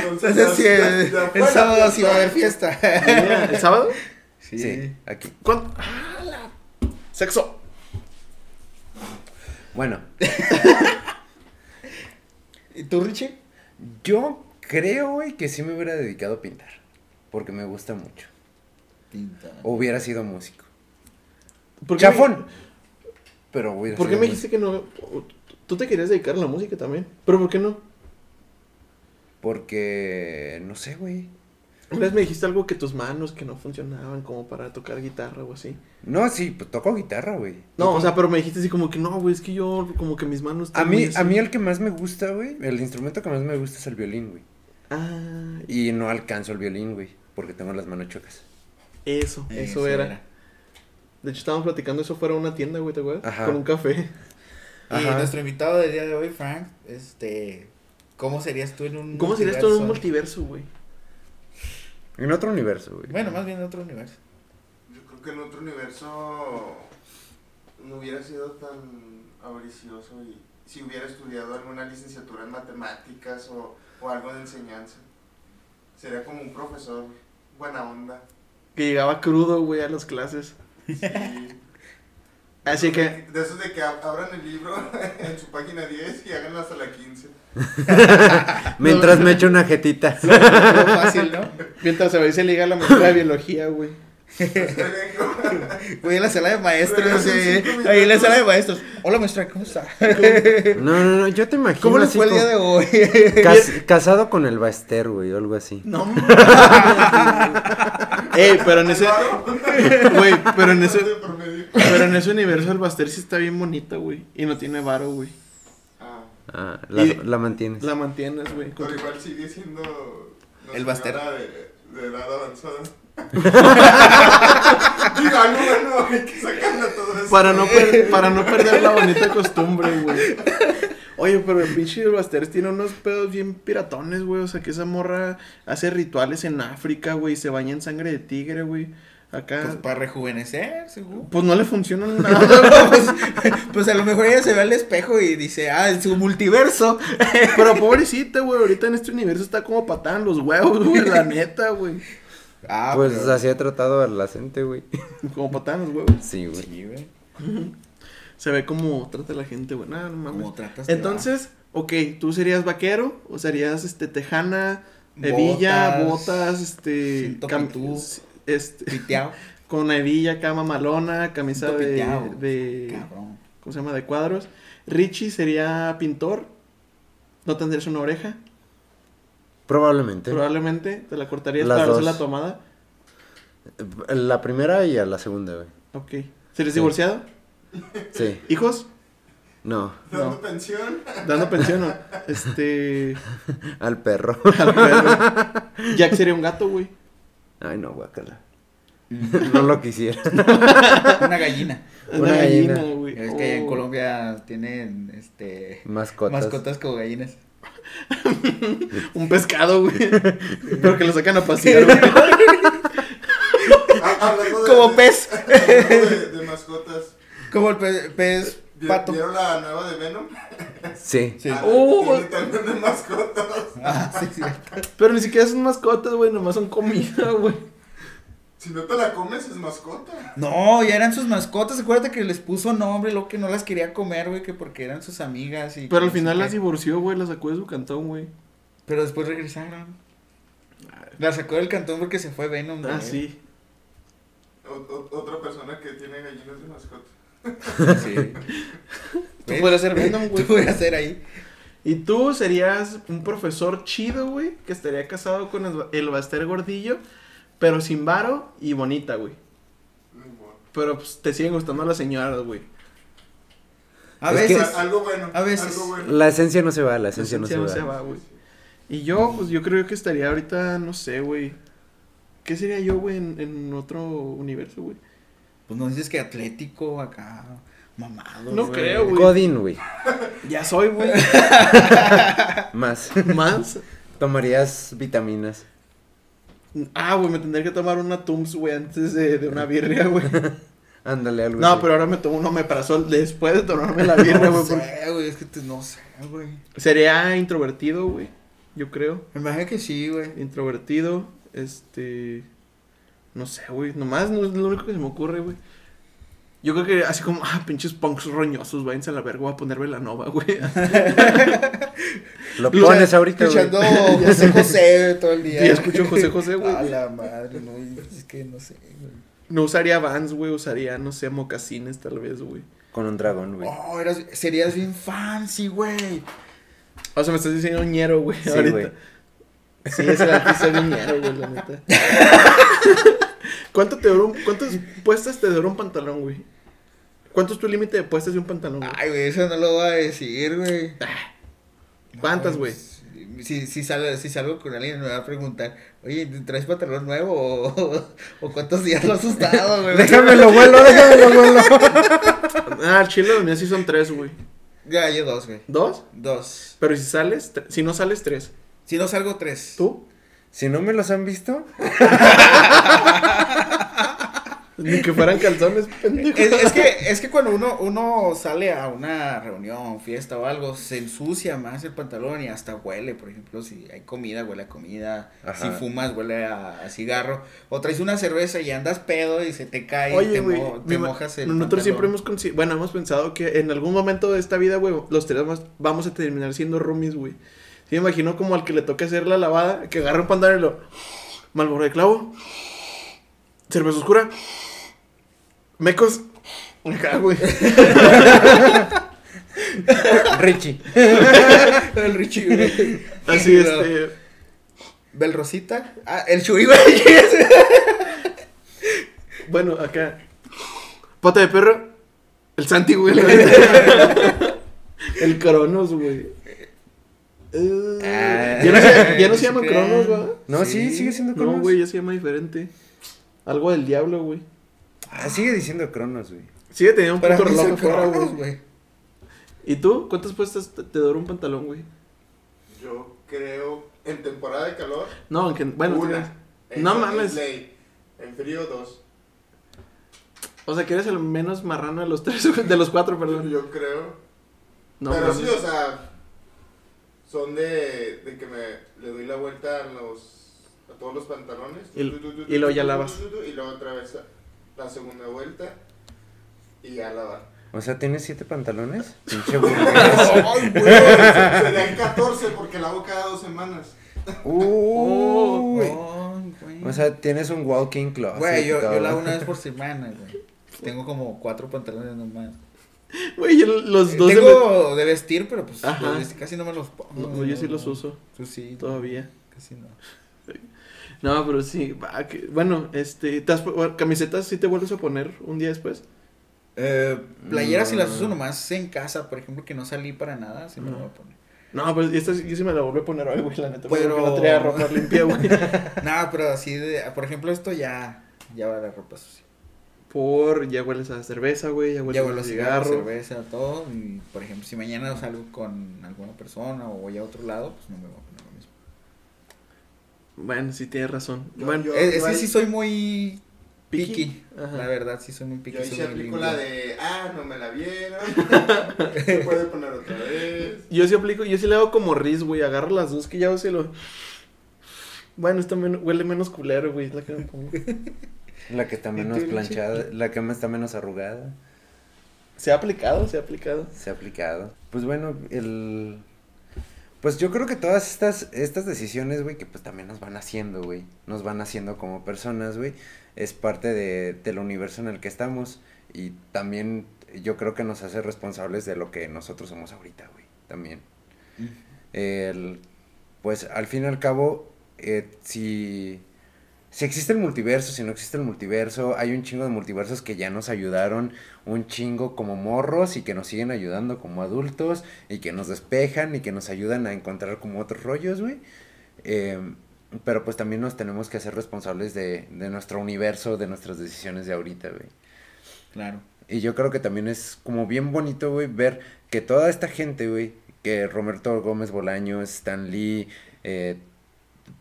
S5: entonces, sí, el, el sábado sí va a haber fiesta.
S4: Mira, ¿El sábado?
S5: Sí.
S3: Sí, aquí.
S4: ¿Cuándo? ¡Ah, la- Sexo.
S3: Bueno,
S5: ¿Y tú, Richie?
S3: yo creo, güey, que sí me hubiera dedicado a pintar. Porque me gusta mucho. O hubiera sido músico.
S4: ¿Por qué
S3: Chafón. Pero
S4: me-
S3: hubiera
S4: ¿Por qué
S3: sido
S4: me dijiste que no? Tú te querías dedicar a la música también. ¿Pero por qué no?
S3: músico. Porque, no sé, güey.
S4: Una vez me dijiste algo que tus manos que no funcionaban como para tocar guitarra o así.
S3: No, sí, pues toco guitarra, güey.
S4: No, o sea, pero me dijiste así como que no, güey, es que yo como que mis manos...
S3: A mí,
S4: también
S3: a
S4: así".
S3: mí el que más me gusta, güey, el instrumento que más me gusta es el violín, güey.
S4: Ah,
S3: Y no alcanzo el violín, güey, porque tengo las manos chocas.
S4: eso, eso, era. De hecho, estábamos platicando eso fuera de una tienda, güey, ¿te acuerdas?
S3: Ajá.
S4: Con un café.
S5: Y
S3: Ajá.
S5: nuestro invitado del día de hoy, Frank, este, ¿cómo serías tú en un
S4: ¿Cómo sería esto en un multiverso,
S5: multiverso?
S4: güey?
S3: En otro universo, güey.
S5: Bueno, más bien en otro universo.
S6: Yo creo que en otro universo no hubiera sido tan avaricioso y si hubiera estudiado alguna licenciatura en matemáticas o, o algo de enseñanza. Sería como un profesor buena onda.
S4: Que llegaba crudo, güey, a las clases.
S6: sí.
S4: Así que,
S6: De esos de que ab- abran el libro en su página 10 y háganlo hasta la 15.
S3: Mientras me echo una jetita.
S5: Lo fácil, ¿no?
S4: mientras a veces le llega la maestra de biología, güey.
S5: Voy a la sala de
S6: Pero
S5: maestros,
S6: son
S5: eh,
S6: cinco
S5: ahí en la
S6: minutos.
S5: sala de maestros. Hola, maestra, ¿cómo está?
S7: No, no, no, yo te imagino
S5: ¿Cómo les
S7: así
S5: fue el
S7: como
S5: día de hoy?
S7: cas- casado con el Baester, güey, o algo así.
S5: No,
S4: Ey, pero en ese... Güey, pero en ese...
S6: De promedio.
S4: Pero en ese universo el Baster sí está bien bonita, güey. Y no tiene varo, güey.
S6: Ah,
S7: Ah, la,
S4: Y-
S7: la mantienes.
S4: La mantienes, güey. con
S6: pero
S4: tu-
S6: igual sigue siendo una
S5: El Baster.
S6: señora De, de edad avanzada. Digo, algo bueno, hay que sacarle a todo eso.
S4: Para no, per- para no perder la bonita costumbre, güey. Oye, pero el pinche Baster tiene unos pedos bien piratones, güey. O sea, que esa morra hace rituales en África, güey. y Se baña en sangre de tigre, güey. Acá.
S5: Pues
S4: Pues,
S5: para rejuvenecer, seguro.
S4: no le funcionan nada.
S5: Pues a lo mejor ella se ve al espejo y dice, ah, en su multiverso.
S4: pero pobrecita, güey. Ahorita en este universo está como patán los huevos, güey. La neta, güey.
S5: Ah,
S7: pues
S5: pero-
S7: así ha tratado a la gente, güey.
S4: Como patán los huevos.
S7: Sí, güey.
S5: pues, Sí, güey.
S4: Se ve como trata a la gente, güey. Nah, no mames.
S5: Como tratas te va.
S4: Entonces, ok, tú serías vaquero, o serías este tejana, hebilla, botas, este,
S5: cinto
S4: cam-
S5: pitú.
S4: s- este
S5: Piteado.
S4: con hebilla, cama malona, camisa
S5: Cinto
S4: de,
S5: piteado.
S4: de-
S5: Cabrón.
S4: ¿cómo se llama? de cuadros. Richie sería pintor. No tendrías una oreja,
S7: Probablemente.
S4: probablemente te la cortarías
S7: Las
S4: para hacer
S7: dos.
S4: la tomada.
S7: Eh, La primera y a la segunda, güey.
S4: Ok. ¿Serías
S7: Sí.
S4: divorciado?
S7: Sí,
S4: ¿Hijos?
S7: no,
S6: Dando
S4: No.
S6: pensión.
S4: Dando pensión. ¿no? Este.
S7: al perro.
S4: al perro. Jack sería un gato, güey.
S7: Ay, no, guacala. no lo quisiera.
S5: Una gallina.
S4: Una,
S7: Una gallina.
S4: gallina, güey.
S5: Es que allá en
S4: Oh.
S5: Colombia tienen este
S7: Mascotas.
S5: mascotas como gallinas.
S4: Un pescado, güey. Pero que lo sacan a pasear, güey.
S6: Ah, hablando de-
S5: Como
S6: de-
S5: pez.
S6: hablando de- de mascotas.
S5: Como el pe- pez
S6: ¿Vi-
S5: pato.
S6: ¿Vieron la nueva de Venom?
S7: Sí.
S5: Sí.
S6: Ah,
S4: Oh.
S6: tiene también de mascotas.
S5: Ah, sí, cierto.
S4: Pero ni siquiera son mascotas, güey. Nomás son comida, güey.
S6: Si no te la comes, es mascota.
S5: No, ya eran sus mascotas. Acuérdate que les puso nombre, lo que no las quería comer, güey, que porque eran sus amigas. Y
S4: Pero al
S5: que
S4: final
S5: no
S4: las
S5: sé qué.
S4: divorció, güey. Las sacó de su cantón, güey.
S5: Pero después regresaron. La sacó del cantón porque se fue Venom.
S4: Ah,
S5: güey.
S4: sí.
S6: O- o- otra persona que tiene gallinas de mascota.
S5: Sí.
S4: Tú podrías ser Venom, güey.
S5: Tú podrías ser ahí.
S4: Y tú serías un profesor chido, güey. Que estaría casado con el- el Baster Gordillo. Pero sin varo y bonita, güey.
S6: Ni modo.
S4: Pero pues, te siguen gustando las señoras, güey.
S5: A
S7: Es que-
S5: veces.
S6: O sea, algo bueno.
S5: a veces
S6: Algo bueno.
S7: La esencia no se va, la esencia,
S4: Esencia
S7: no se va.
S4: güey. Y yo, pues yo creo que estaría ahorita, no sé, güey. ¿Qué sería yo, güey, en, en otro universo, güey?
S5: Pues no dices que atlético acá. Mamado.
S4: No creo, güey.
S7: Godín, güey.
S4: Ya soy, güey.
S7: Más.
S4: Más.
S7: Tomarías vitaminas.
S4: Ah, güey, me tendría que tomar una Tums, güey, antes de, de una birria, güey.
S7: Ándale, algo
S4: No,
S7: así.
S4: pero ahora me tomo un omeprazol después de tomarme la birria,
S5: No
S4: güey. porque
S5: sé, güey. Es que tú- no sé, güey.
S4: Sería introvertido, güey. Yo creo.
S5: Me imagino que sí, güey.
S4: Introvertido, este. No sé, güey. Nomás no es lo único que se me ocurre, güey. Yo creo que así como, ah, pinches punks roñosos, váyanse a la verga, voy a ponerme la nova, güey.
S7: Lo pones ahorita, güey.
S5: Escuchando José José todo el
S4: Y
S5: día.
S4: escucho José José, güey.
S5: A la madre, no. Es que no sé, güey.
S4: No usaría Vans, güey, usaría, no sé, mocasines tal vez, güey.
S7: Con un dragón, güey.
S5: Oh, eras, serías bien fancy, güey.
S4: O sea, me estás diciendo ñero, güey,
S7: Sí,
S4: ahorita.
S7: güey.
S4: Sí, ese artista es viñero, güey, la neta. ¿Cuánto te duró un- ¿Cuántas puestas te duró un pantalón, güey? ¿Cuánto es tu límite de puestas de un pantalón, güey?
S5: Ay, güey, eso no lo voy a decir, güey.
S4: ¿Cuántas, güey?
S5: Si, si, salgo, si salgo con alguien me va a preguntar, oye, ¿traes pantalón nuevo o, o cuántos días lo has usado, güey?
S3: Déjamelo, vuelo, déjamelo, vuelo.
S4: Ah, al chile los míos sí son tres, güey.
S5: Ya, yo dos, güey.
S4: ¿Dos?
S5: Dos.
S4: Pero si sales, tre- si no sales, tres.
S5: Si no salgo, tres.
S4: ¿Tú?
S3: Si no me los han visto,
S4: Ni que fueran calzones, pendejo.
S5: Es, es que, es que cuando uno, uno sale a una reunión, fiesta o algo, se ensucia más el pantalón y hasta huele. Por ejemplo, si hay comida, huele a comida.
S3: Ajá.
S5: Si fumas, huele a, a cigarro. O traes una cerveza y andas pedo y se te cae. y
S4: Oye,
S5: te,
S4: güey,
S5: mo-
S4: mi
S5: te
S4: ma-
S5: mojas el
S4: nosotros siempre
S5: pantalón.
S4: hemos consi- bueno, hemos pensado que en algún momento de esta vida, güey, los tres vamos, vamos a terminar siendo roomies, güey. Sí, me imagino como al que le toca hacer la lavada, que agarra un pantalón y lo Malboro de clavo. Cerveza oscura. Mecos. Acá, güey.
S3: Richie.
S5: El Richie, güey.
S4: Así este.
S5: Bel Rosita. Ah, el Chuy, güey.
S4: Bueno, acá. Pata de perro. El Santi, güey. el Cronos, güey. Eh, ya no se, ya no se llama Cronos, güey.
S3: No, sí, sigue siendo Cronos.
S4: No, güey, ya se llama diferente. Algo del diablo, güey.
S3: Ah, sigue diciendo Cronos, güey.
S4: Sigue teniendo un
S5: Para
S4: puto
S5: mí es
S4: reloj
S5: el
S4: afuera,
S5: Cronos,
S4: güey.
S5: güey.
S4: ¿Y tú? ¿Cuántas puestas te, te duró un pantalón, güey?
S6: Yo creo, en temporada de calor,
S4: No, aunque, bueno. tienes-
S6: una. En-
S4: No
S6: en
S4: mames.
S6: ley. En frío, dos.
S4: O sea, que eres el menos marrano de los tres, güey, de los cuatro, perdón.
S6: Yo creo.
S4: No,
S6: Pero
S4: mames.
S6: sí, o sea, son de, de que me le doy la vuelta a los a todos los pantalones.
S4: Y- y luego ya lavas.
S6: Y luego otra vez la segunda vuelta y ya lavar.
S3: O sea, ¿tienes siete pantalones? Pinche burro.
S6: ¡Ay, güey! Serían 14 porque lavo cada dos semanas.
S3: Uy.
S5: Oh, güey.
S3: O sea, tienes un walking closet.
S5: Güey, yo, yo
S3: cabrón.
S5: la hago una vez por semana, güey. Tengo como cuatro pantalones nomás.
S4: Güey, yo los dos de
S5: Eh, Tengo de vestir, pero pues
S4: Ajá.
S5: los vesti- casi no me los pongo.
S4: No, no, yo sí los uso
S5: Tú sí,
S4: todavía.
S5: casi no.
S4: No, pero sí, va, que- bueno, este, ¿te has pu- bueno, camisetas sí te vuelves a poner un día después.
S5: Eh, playeras sí
S3: No.
S5: las uso nomás en casa, por ejemplo, que no salí para nada, sí me
S4: No.
S5: lo voy a poner.
S4: No, pues esta sí- yo sí me la volví a poner hoy, güey, la neta.
S5: Pero-
S4: Pero que no traía ropa limpia, güey.
S5: Nada, pero así de, por ejemplo, esto ya, ya va la ropa sucia.
S4: Por ya hueles a cerveza, güey, ya hueles
S5: Llevo
S4: a
S5: los cigarros,
S4: cigarro.
S5: cerveza, todo. Y por ejemplo, si mañana salgo con alguna persona o voy a otro lado, pues no me voy a poner lo mismo.
S4: Bueno, sí tienes razón.
S6: Yo-
S4: bueno,
S6: yo-
S5: Es, es
S6: igual-
S5: que sí soy muy
S4: Picky.
S5: picky.
S4: Ajá.
S5: La verdad, sí soy muy picky.
S6: Yo
S5: soy
S6: hice
S5: muy
S6: película
S5: lindo.
S6: de, ah, no me la vieron. Se puede poner otra vez.
S4: yo sí aplico, yo sí le hago como Riz, güey, agarro las dos que ya se lo Bueno, esta men- huele menos culero, güey, es la que me pongo.
S3: La que está menos planchada, la que está menos arrugada,
S4: Se ha aplicado, se ha aplicado.
S3: se ha aplicado. Pues bueno, el... Pues yo creo que todas estas, estas decisiones, güey, que pues también nos van haciendo, güey, nos van haciendo como personas, güey, es parte de, del universo en el que estamos y también yo creo que nos hace responsables de lo que nosotros somos ahorita, güey, también. El, pues al fin y al cabo, eh, si, si existe el multiverso, si no existe el multiverso, hay un chingo de multiversos que ya nos ayudaron un chingo como morros y que nos siguen ayudando como adultos y que nos despejan y que nos ayudan a encontrar como otros rollos, güey. Em, pero pues también nos tenemos que hacer responsables de, de nuestro universo, de nuestras decisiones de ahorita, güey.
S5: Claro.
S3: Y yo creo que también es como bien bonito, güey, ver que toda esta gente, güey, que Roberto Gómez Bolaños, Stan Lee, eh,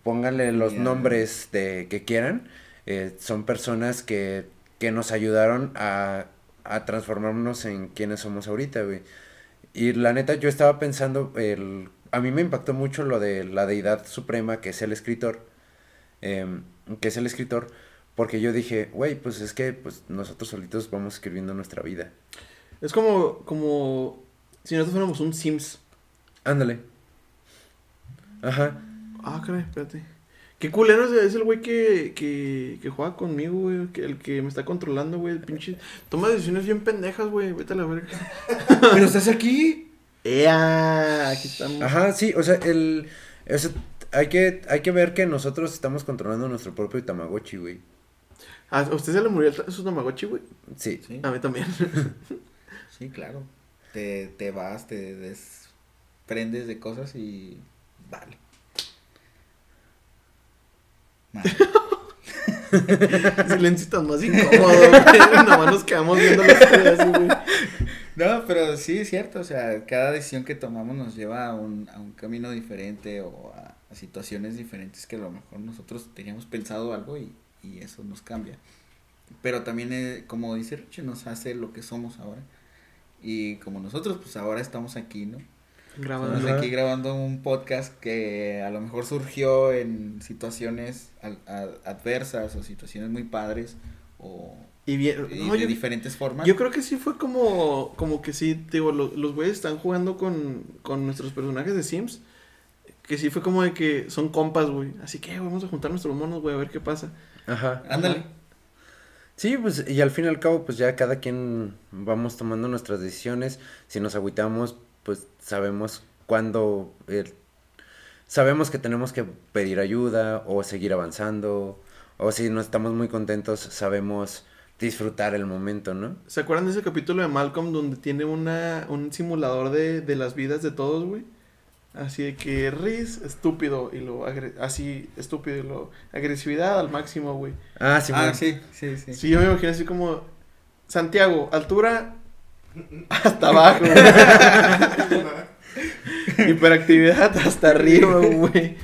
S3: pónganle los
S5: Ya.
S3: nombres de que quieran, eh, son personas que, que nos ayudaron a, a transformarnos en quienes somos ahorita, güey. Y la neta, yo estaba pensando, el, a mí me impactó mucho lo de la deidad suprema, que es el escritor, em, que es el escritor, porque yo dije, güey, pues es que pues, nosotros solitos vamos escribiendo nuestra vida.
S4: Es como como si nosotros fuéramos un Sims.
S3: Ándale. Ajá.
S4: Ah, caray, espérate. Qué culero es, es el güey que, que, que juega conmigo, güey. que- el que me está controlando, güey. el Pinche. Toma decisiones bien pendejas, güey. Vete a la verga.
S5: Pero estás aquí.
S4: ¡Ea! Aquí estamos.
S3: Ajá, sí, o sea, el... o sea,
S7: hay que, hay que ver que nosotros estamos controlando nuestro propio Tamagotchi, güey.
S4: ¿A usted se le murió el ta- su Tamagotchi, güey?
S7: Sí.
S5: Sí,
S4: A mí también.
S5: sí, claro. Te, te vas, te desprendes de cosas y vale. Madre.
S4: Silencio tan más incómodo, güey. Nada más nos quedamos viendo los tres, güey.
S5: No, pero sí es cierto, o sea, cada decisión que tomamos nos lleva a un, a un camino diferente o a, a situaciones diferentes que a lo mejor nosotros teníamos pensado algo y, y eso nos cambia. Pero también, eh, como dice Richie, nos hace lo que somos ahora. Y como nosotros, pues ahora estamos aquí, ¿no? Estamos
S4: Grabando.
S7: Ajá.
S5: aquí grabando un podcast que a lo mejor surgió en situaciones al- a- adversas o situaciones muy padres o
S4: Y bien,
S5: y
S4: no,
S5: de
S4: yo,
S5: diferentes formas.
S4: yo creo que sí fue como, como que sí, digo, lo- los güeyes están jugando con, con nuestros personajes de Sims. Que sí fue como de que son compas, güey. Así que, güey, vamos a juntar nuestros monos, güey, a ver qué pasa.
S7: Ajá.
S5: Ándale.
S7: Sí, pues, y al fin y al cabo, pues ya cada quien vamos tomando nuestras decisiones. Si nos agüitamos, pues sabemos cuándo. eh, sabemos que tenemos que pedir ayuda o seguir avanzando. O si no estamos muy contentos, sabemos disfrutar el momento, ¿no?
S4: ¿Se acuerdan de ese capítulo de Malcolm donde tiene una, un simulador de, de las vidas de todos, güey? Así de que Riz, estúpido, y lo así, estúpido, y lo agresividad al máximo, güey.
S7: Ah, sí,
S5: Ah, sí, sí, sí.
S4: Sí, yo me imagino así como Santiago, altura hasta abajo. güey. Hiperactividad hasta arriba, güey.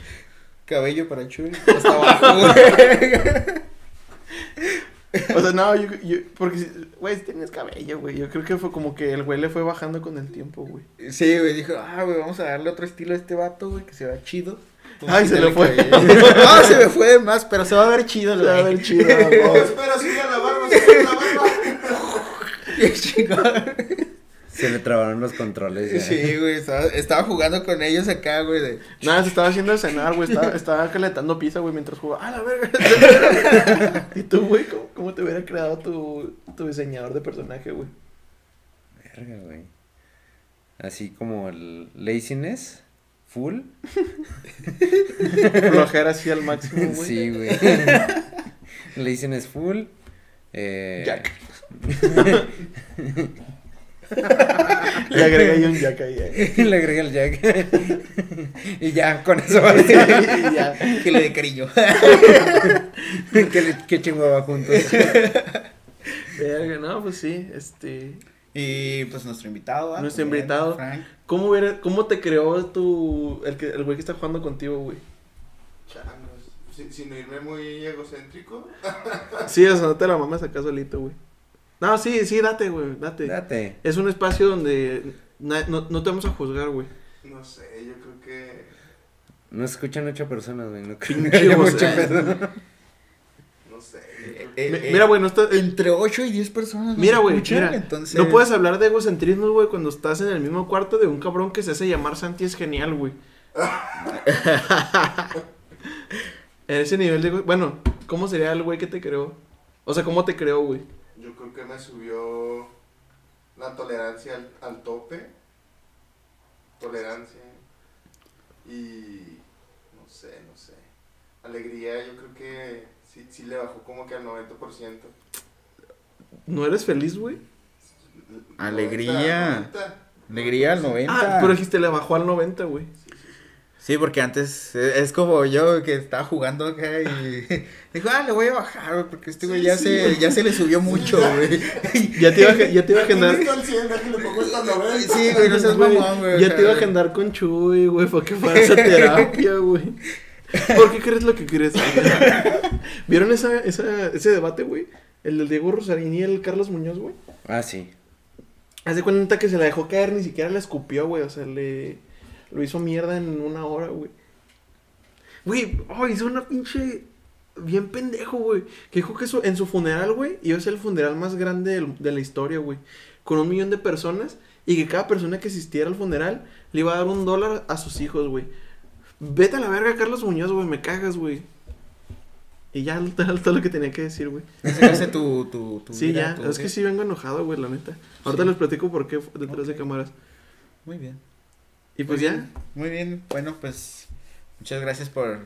S5: Cabello para Chuy, hasta abajo, güey.
S4: O sea, no, yo, yo- porque, si- güey, tienes cabello, güey. Yo creo que fue como que el güey le fue bajando con el tiempo, güey.
S5: Sí, güey, dijo, ah, güey, vamos a darle otro estilo a este vato, güey, que se vea chido. Vamos a
S4: Ay, se le fue.
S5: quitarle cabello. ah, se me fue de más, pero se va a ver chido,
S4: Se va a ver chido,
S6: Pues,
S4: vamos.
S6: pero sigue la barba, sigue la barba.
S7: Se le trabaron los controles. ya.
S5: Sí, güey, estaba, estaba jugando con ellos acá, güey, de...
S4: Nada, se estaba haciendo de cenar, güey. Estaba, estaba calentando pizza, güey, mientras jugaba. ¡Ah, la verga! y tú, güey, ¿cómo, cómo te hubiera creado tu, tu diseñador de personaje, güey?
S7: Verga, güey. Así como el laziness, full.
S4: Flojera así al máximo, güey.
S7: Sí, güey. laziness, full. Eh,
S4: Jack. Le agregué ahí un jack ahí. eh.
S7: Le agregué el Jack. y ya, con eso vale.
S4: Y ya.
S5: Que le dé cariño.
S7: que, le- que chingaba juntos.
S4: Verga, no, pues sí, este...
S5: Y pues nuestro invitado. ¿ah?
S4: Nuestro
S5: También,
S4: invitado.
S5: Frank.
S4: ¿Cómo, hubiera, cómo te creó tu... el que- el güey que está jugando contigo, güey?
S6: Changos. Si- Sin irme muy egocéntrico,
S4: Sí, o sea, no te la mamas acá solito, güey. No, sí, sí, date, güey, date.
S7: Date.
S4: Es un espacio donde na- no, no te vamos a juzgar, güey.
S6: no sé, yo creo que.
S7: No escuchan ocho personas, güey. No creo que
S4: Pinche eh.
S7: haya mucho
S4: vocero.
S7: pedo.
S6: No sé. yo creo que-
S5: Eh,
S4: Mi-
S5: eh,
S4: mira, güey, no está-
S5: Entre 8 y 10 personas. nos
S4: Mira, güey,
S5: escuchan,
S4: mira.
S5: Entonces...
S4: No puedes hablar de egocentrismo, güey, cuando estás en el mismo cuarto de un cabrón que se hace llamar Santi es genial, güey. en ese nivel de... Bueno, ¿cómo sería el güey que te creó? O sea, ¿cómo te creó, güey?
S6: Yo creo que me subió la tolerancia al, al tope. Tolerancia. Y no sé, no sé. Alegría, yo creo que sí, sí le bajó como que al 90%.
S4: ¿No eres feliz, güey?
S5: Alegría.
S6: 90.
S5: Alegría al 90.
S4: Ah, pero dijiste le bajó al 90, güey.
S5: Sí, porque antes eh, es como yo que estaba jugando acá y dijo, ah, le voy a bajar, güey, porque este güey ya, se, ya se le subió mucho, güey.
S4: Ya te iba a, ya te iba a agendar...
S6: Estoy diciendo que le pongo esta 90.
S5: Sí, güey, no seas
S4: Güey,
S5: mamón, güey. o
S4: Ya
S5: sea,
S4: te iba a agendar con Chuy, güey, para que fueras a terapia, güey. ¿Por qué crees lo que crees? ¿Vieron esa, esa, ese debate, güey? El del Diego Rosarín y el Carlos Muñoz, güey.
S7: Ah, sí.
S4: Haz de cuenta que se la dejó caer, ni siquiera la escupió, güey. O sea, le lo hizo mierda en una hora, güey. Güey, oh, hizo una pinche. Bien pendejo, güey. Que dijo que su- en su funeral, güey, iba a ser el funeral más grande del- de la historia, güey. Con un millón de personas. Y que cada persona que asistiera al funeral le iba a dar un dólar a sus hijos, güey. Vete a la verga, Carlos Muñoz, güey. Me cagas, güey. Y ya, todo lo que tenía que decir, güey.
S5: ese hace tu, tu, tu
S4: Sí, ya.
S5: vida, tu-
S4: es que sí vengo enojado, güey, la neta. Ahorita
S5: Sí.
S4: les platico por qué fu- detrás de cámaras.
S5: Muy bien.
S4: Y pues
S5: Muy
S4: ya.
S5: bien, Muy bien, bueno, pues Muchas gracias por,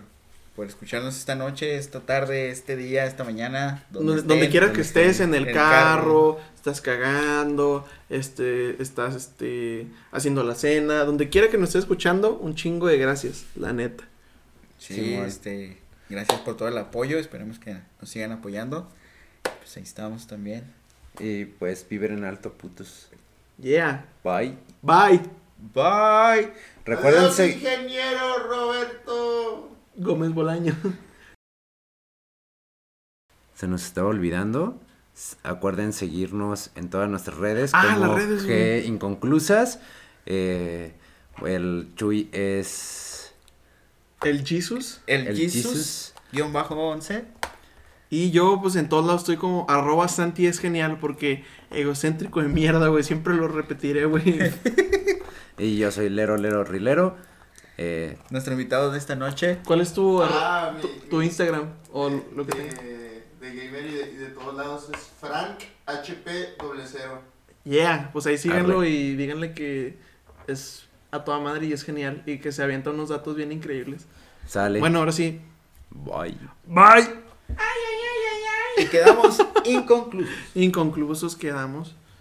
S5: por escucharnos esta noche, esta tarde, este día, esta mañana.
S4: Donde,
S5: estén,
S4: donde quiera que
S5: estén,
S4: estés, en el, carro, estás cagando, este, estás este, haciendo la cena, donde quiera que nos estés escuchando, un chingo de gracias, la neta.
S5: Sí,
S3: Simón.
S5: este, gracias por todo el apoyo, esperemos que nos sigan apoyando. Pues ahí estamos también.
S3: Y pues vivir en alto, putos.
S4: Yeah.
S3: Bye.
S4: Bye.
S5: Bye.
S3: Recuerden,
S6: Adiós,
S3: se-
S6: ingeniero Roberto.
S4: Gómez Bolaño.
S3: se nos estaba olvidando. S- Acuerden seguirnos en todas nuestras redes.
S4: Ah,
S3: como
S4: las redes,
S3: G inconclusas. Eh, el Chuy es
S4: El Jesus.
S5: El,
S3: el
S5: Jesus,
S3: Jesus.
S5: guión bajo 11.
S4: Y yo, pues en todos lados estoy como arroba Santi es genial porque egocéntrico de mierda, güey. Siempre lo repetiré, güey.
S3: Y yo soy Lero Lero Rilero. Eh,
S5: Nuestro invitado de esta noche.
S4: ¿Cuál es tu, arro-
S6: Ah, mi-
S4: tu, tu Instagram? O lo que tengas.
S6: de, de gamer y de, y de todos lados es Frank HP 00.
S4: Yeah, pues ahí síganlo
S3: Arre.
S4: y díganle que es a toda madre y es genial y que se avienta unos datos bien increíbles.
S3: sale.
S4: Bueno, ahora sí.
S3: Bye.
S4: Bye.
S5: Y quedamos inconclusos.
S4: Inconclusos quedamos.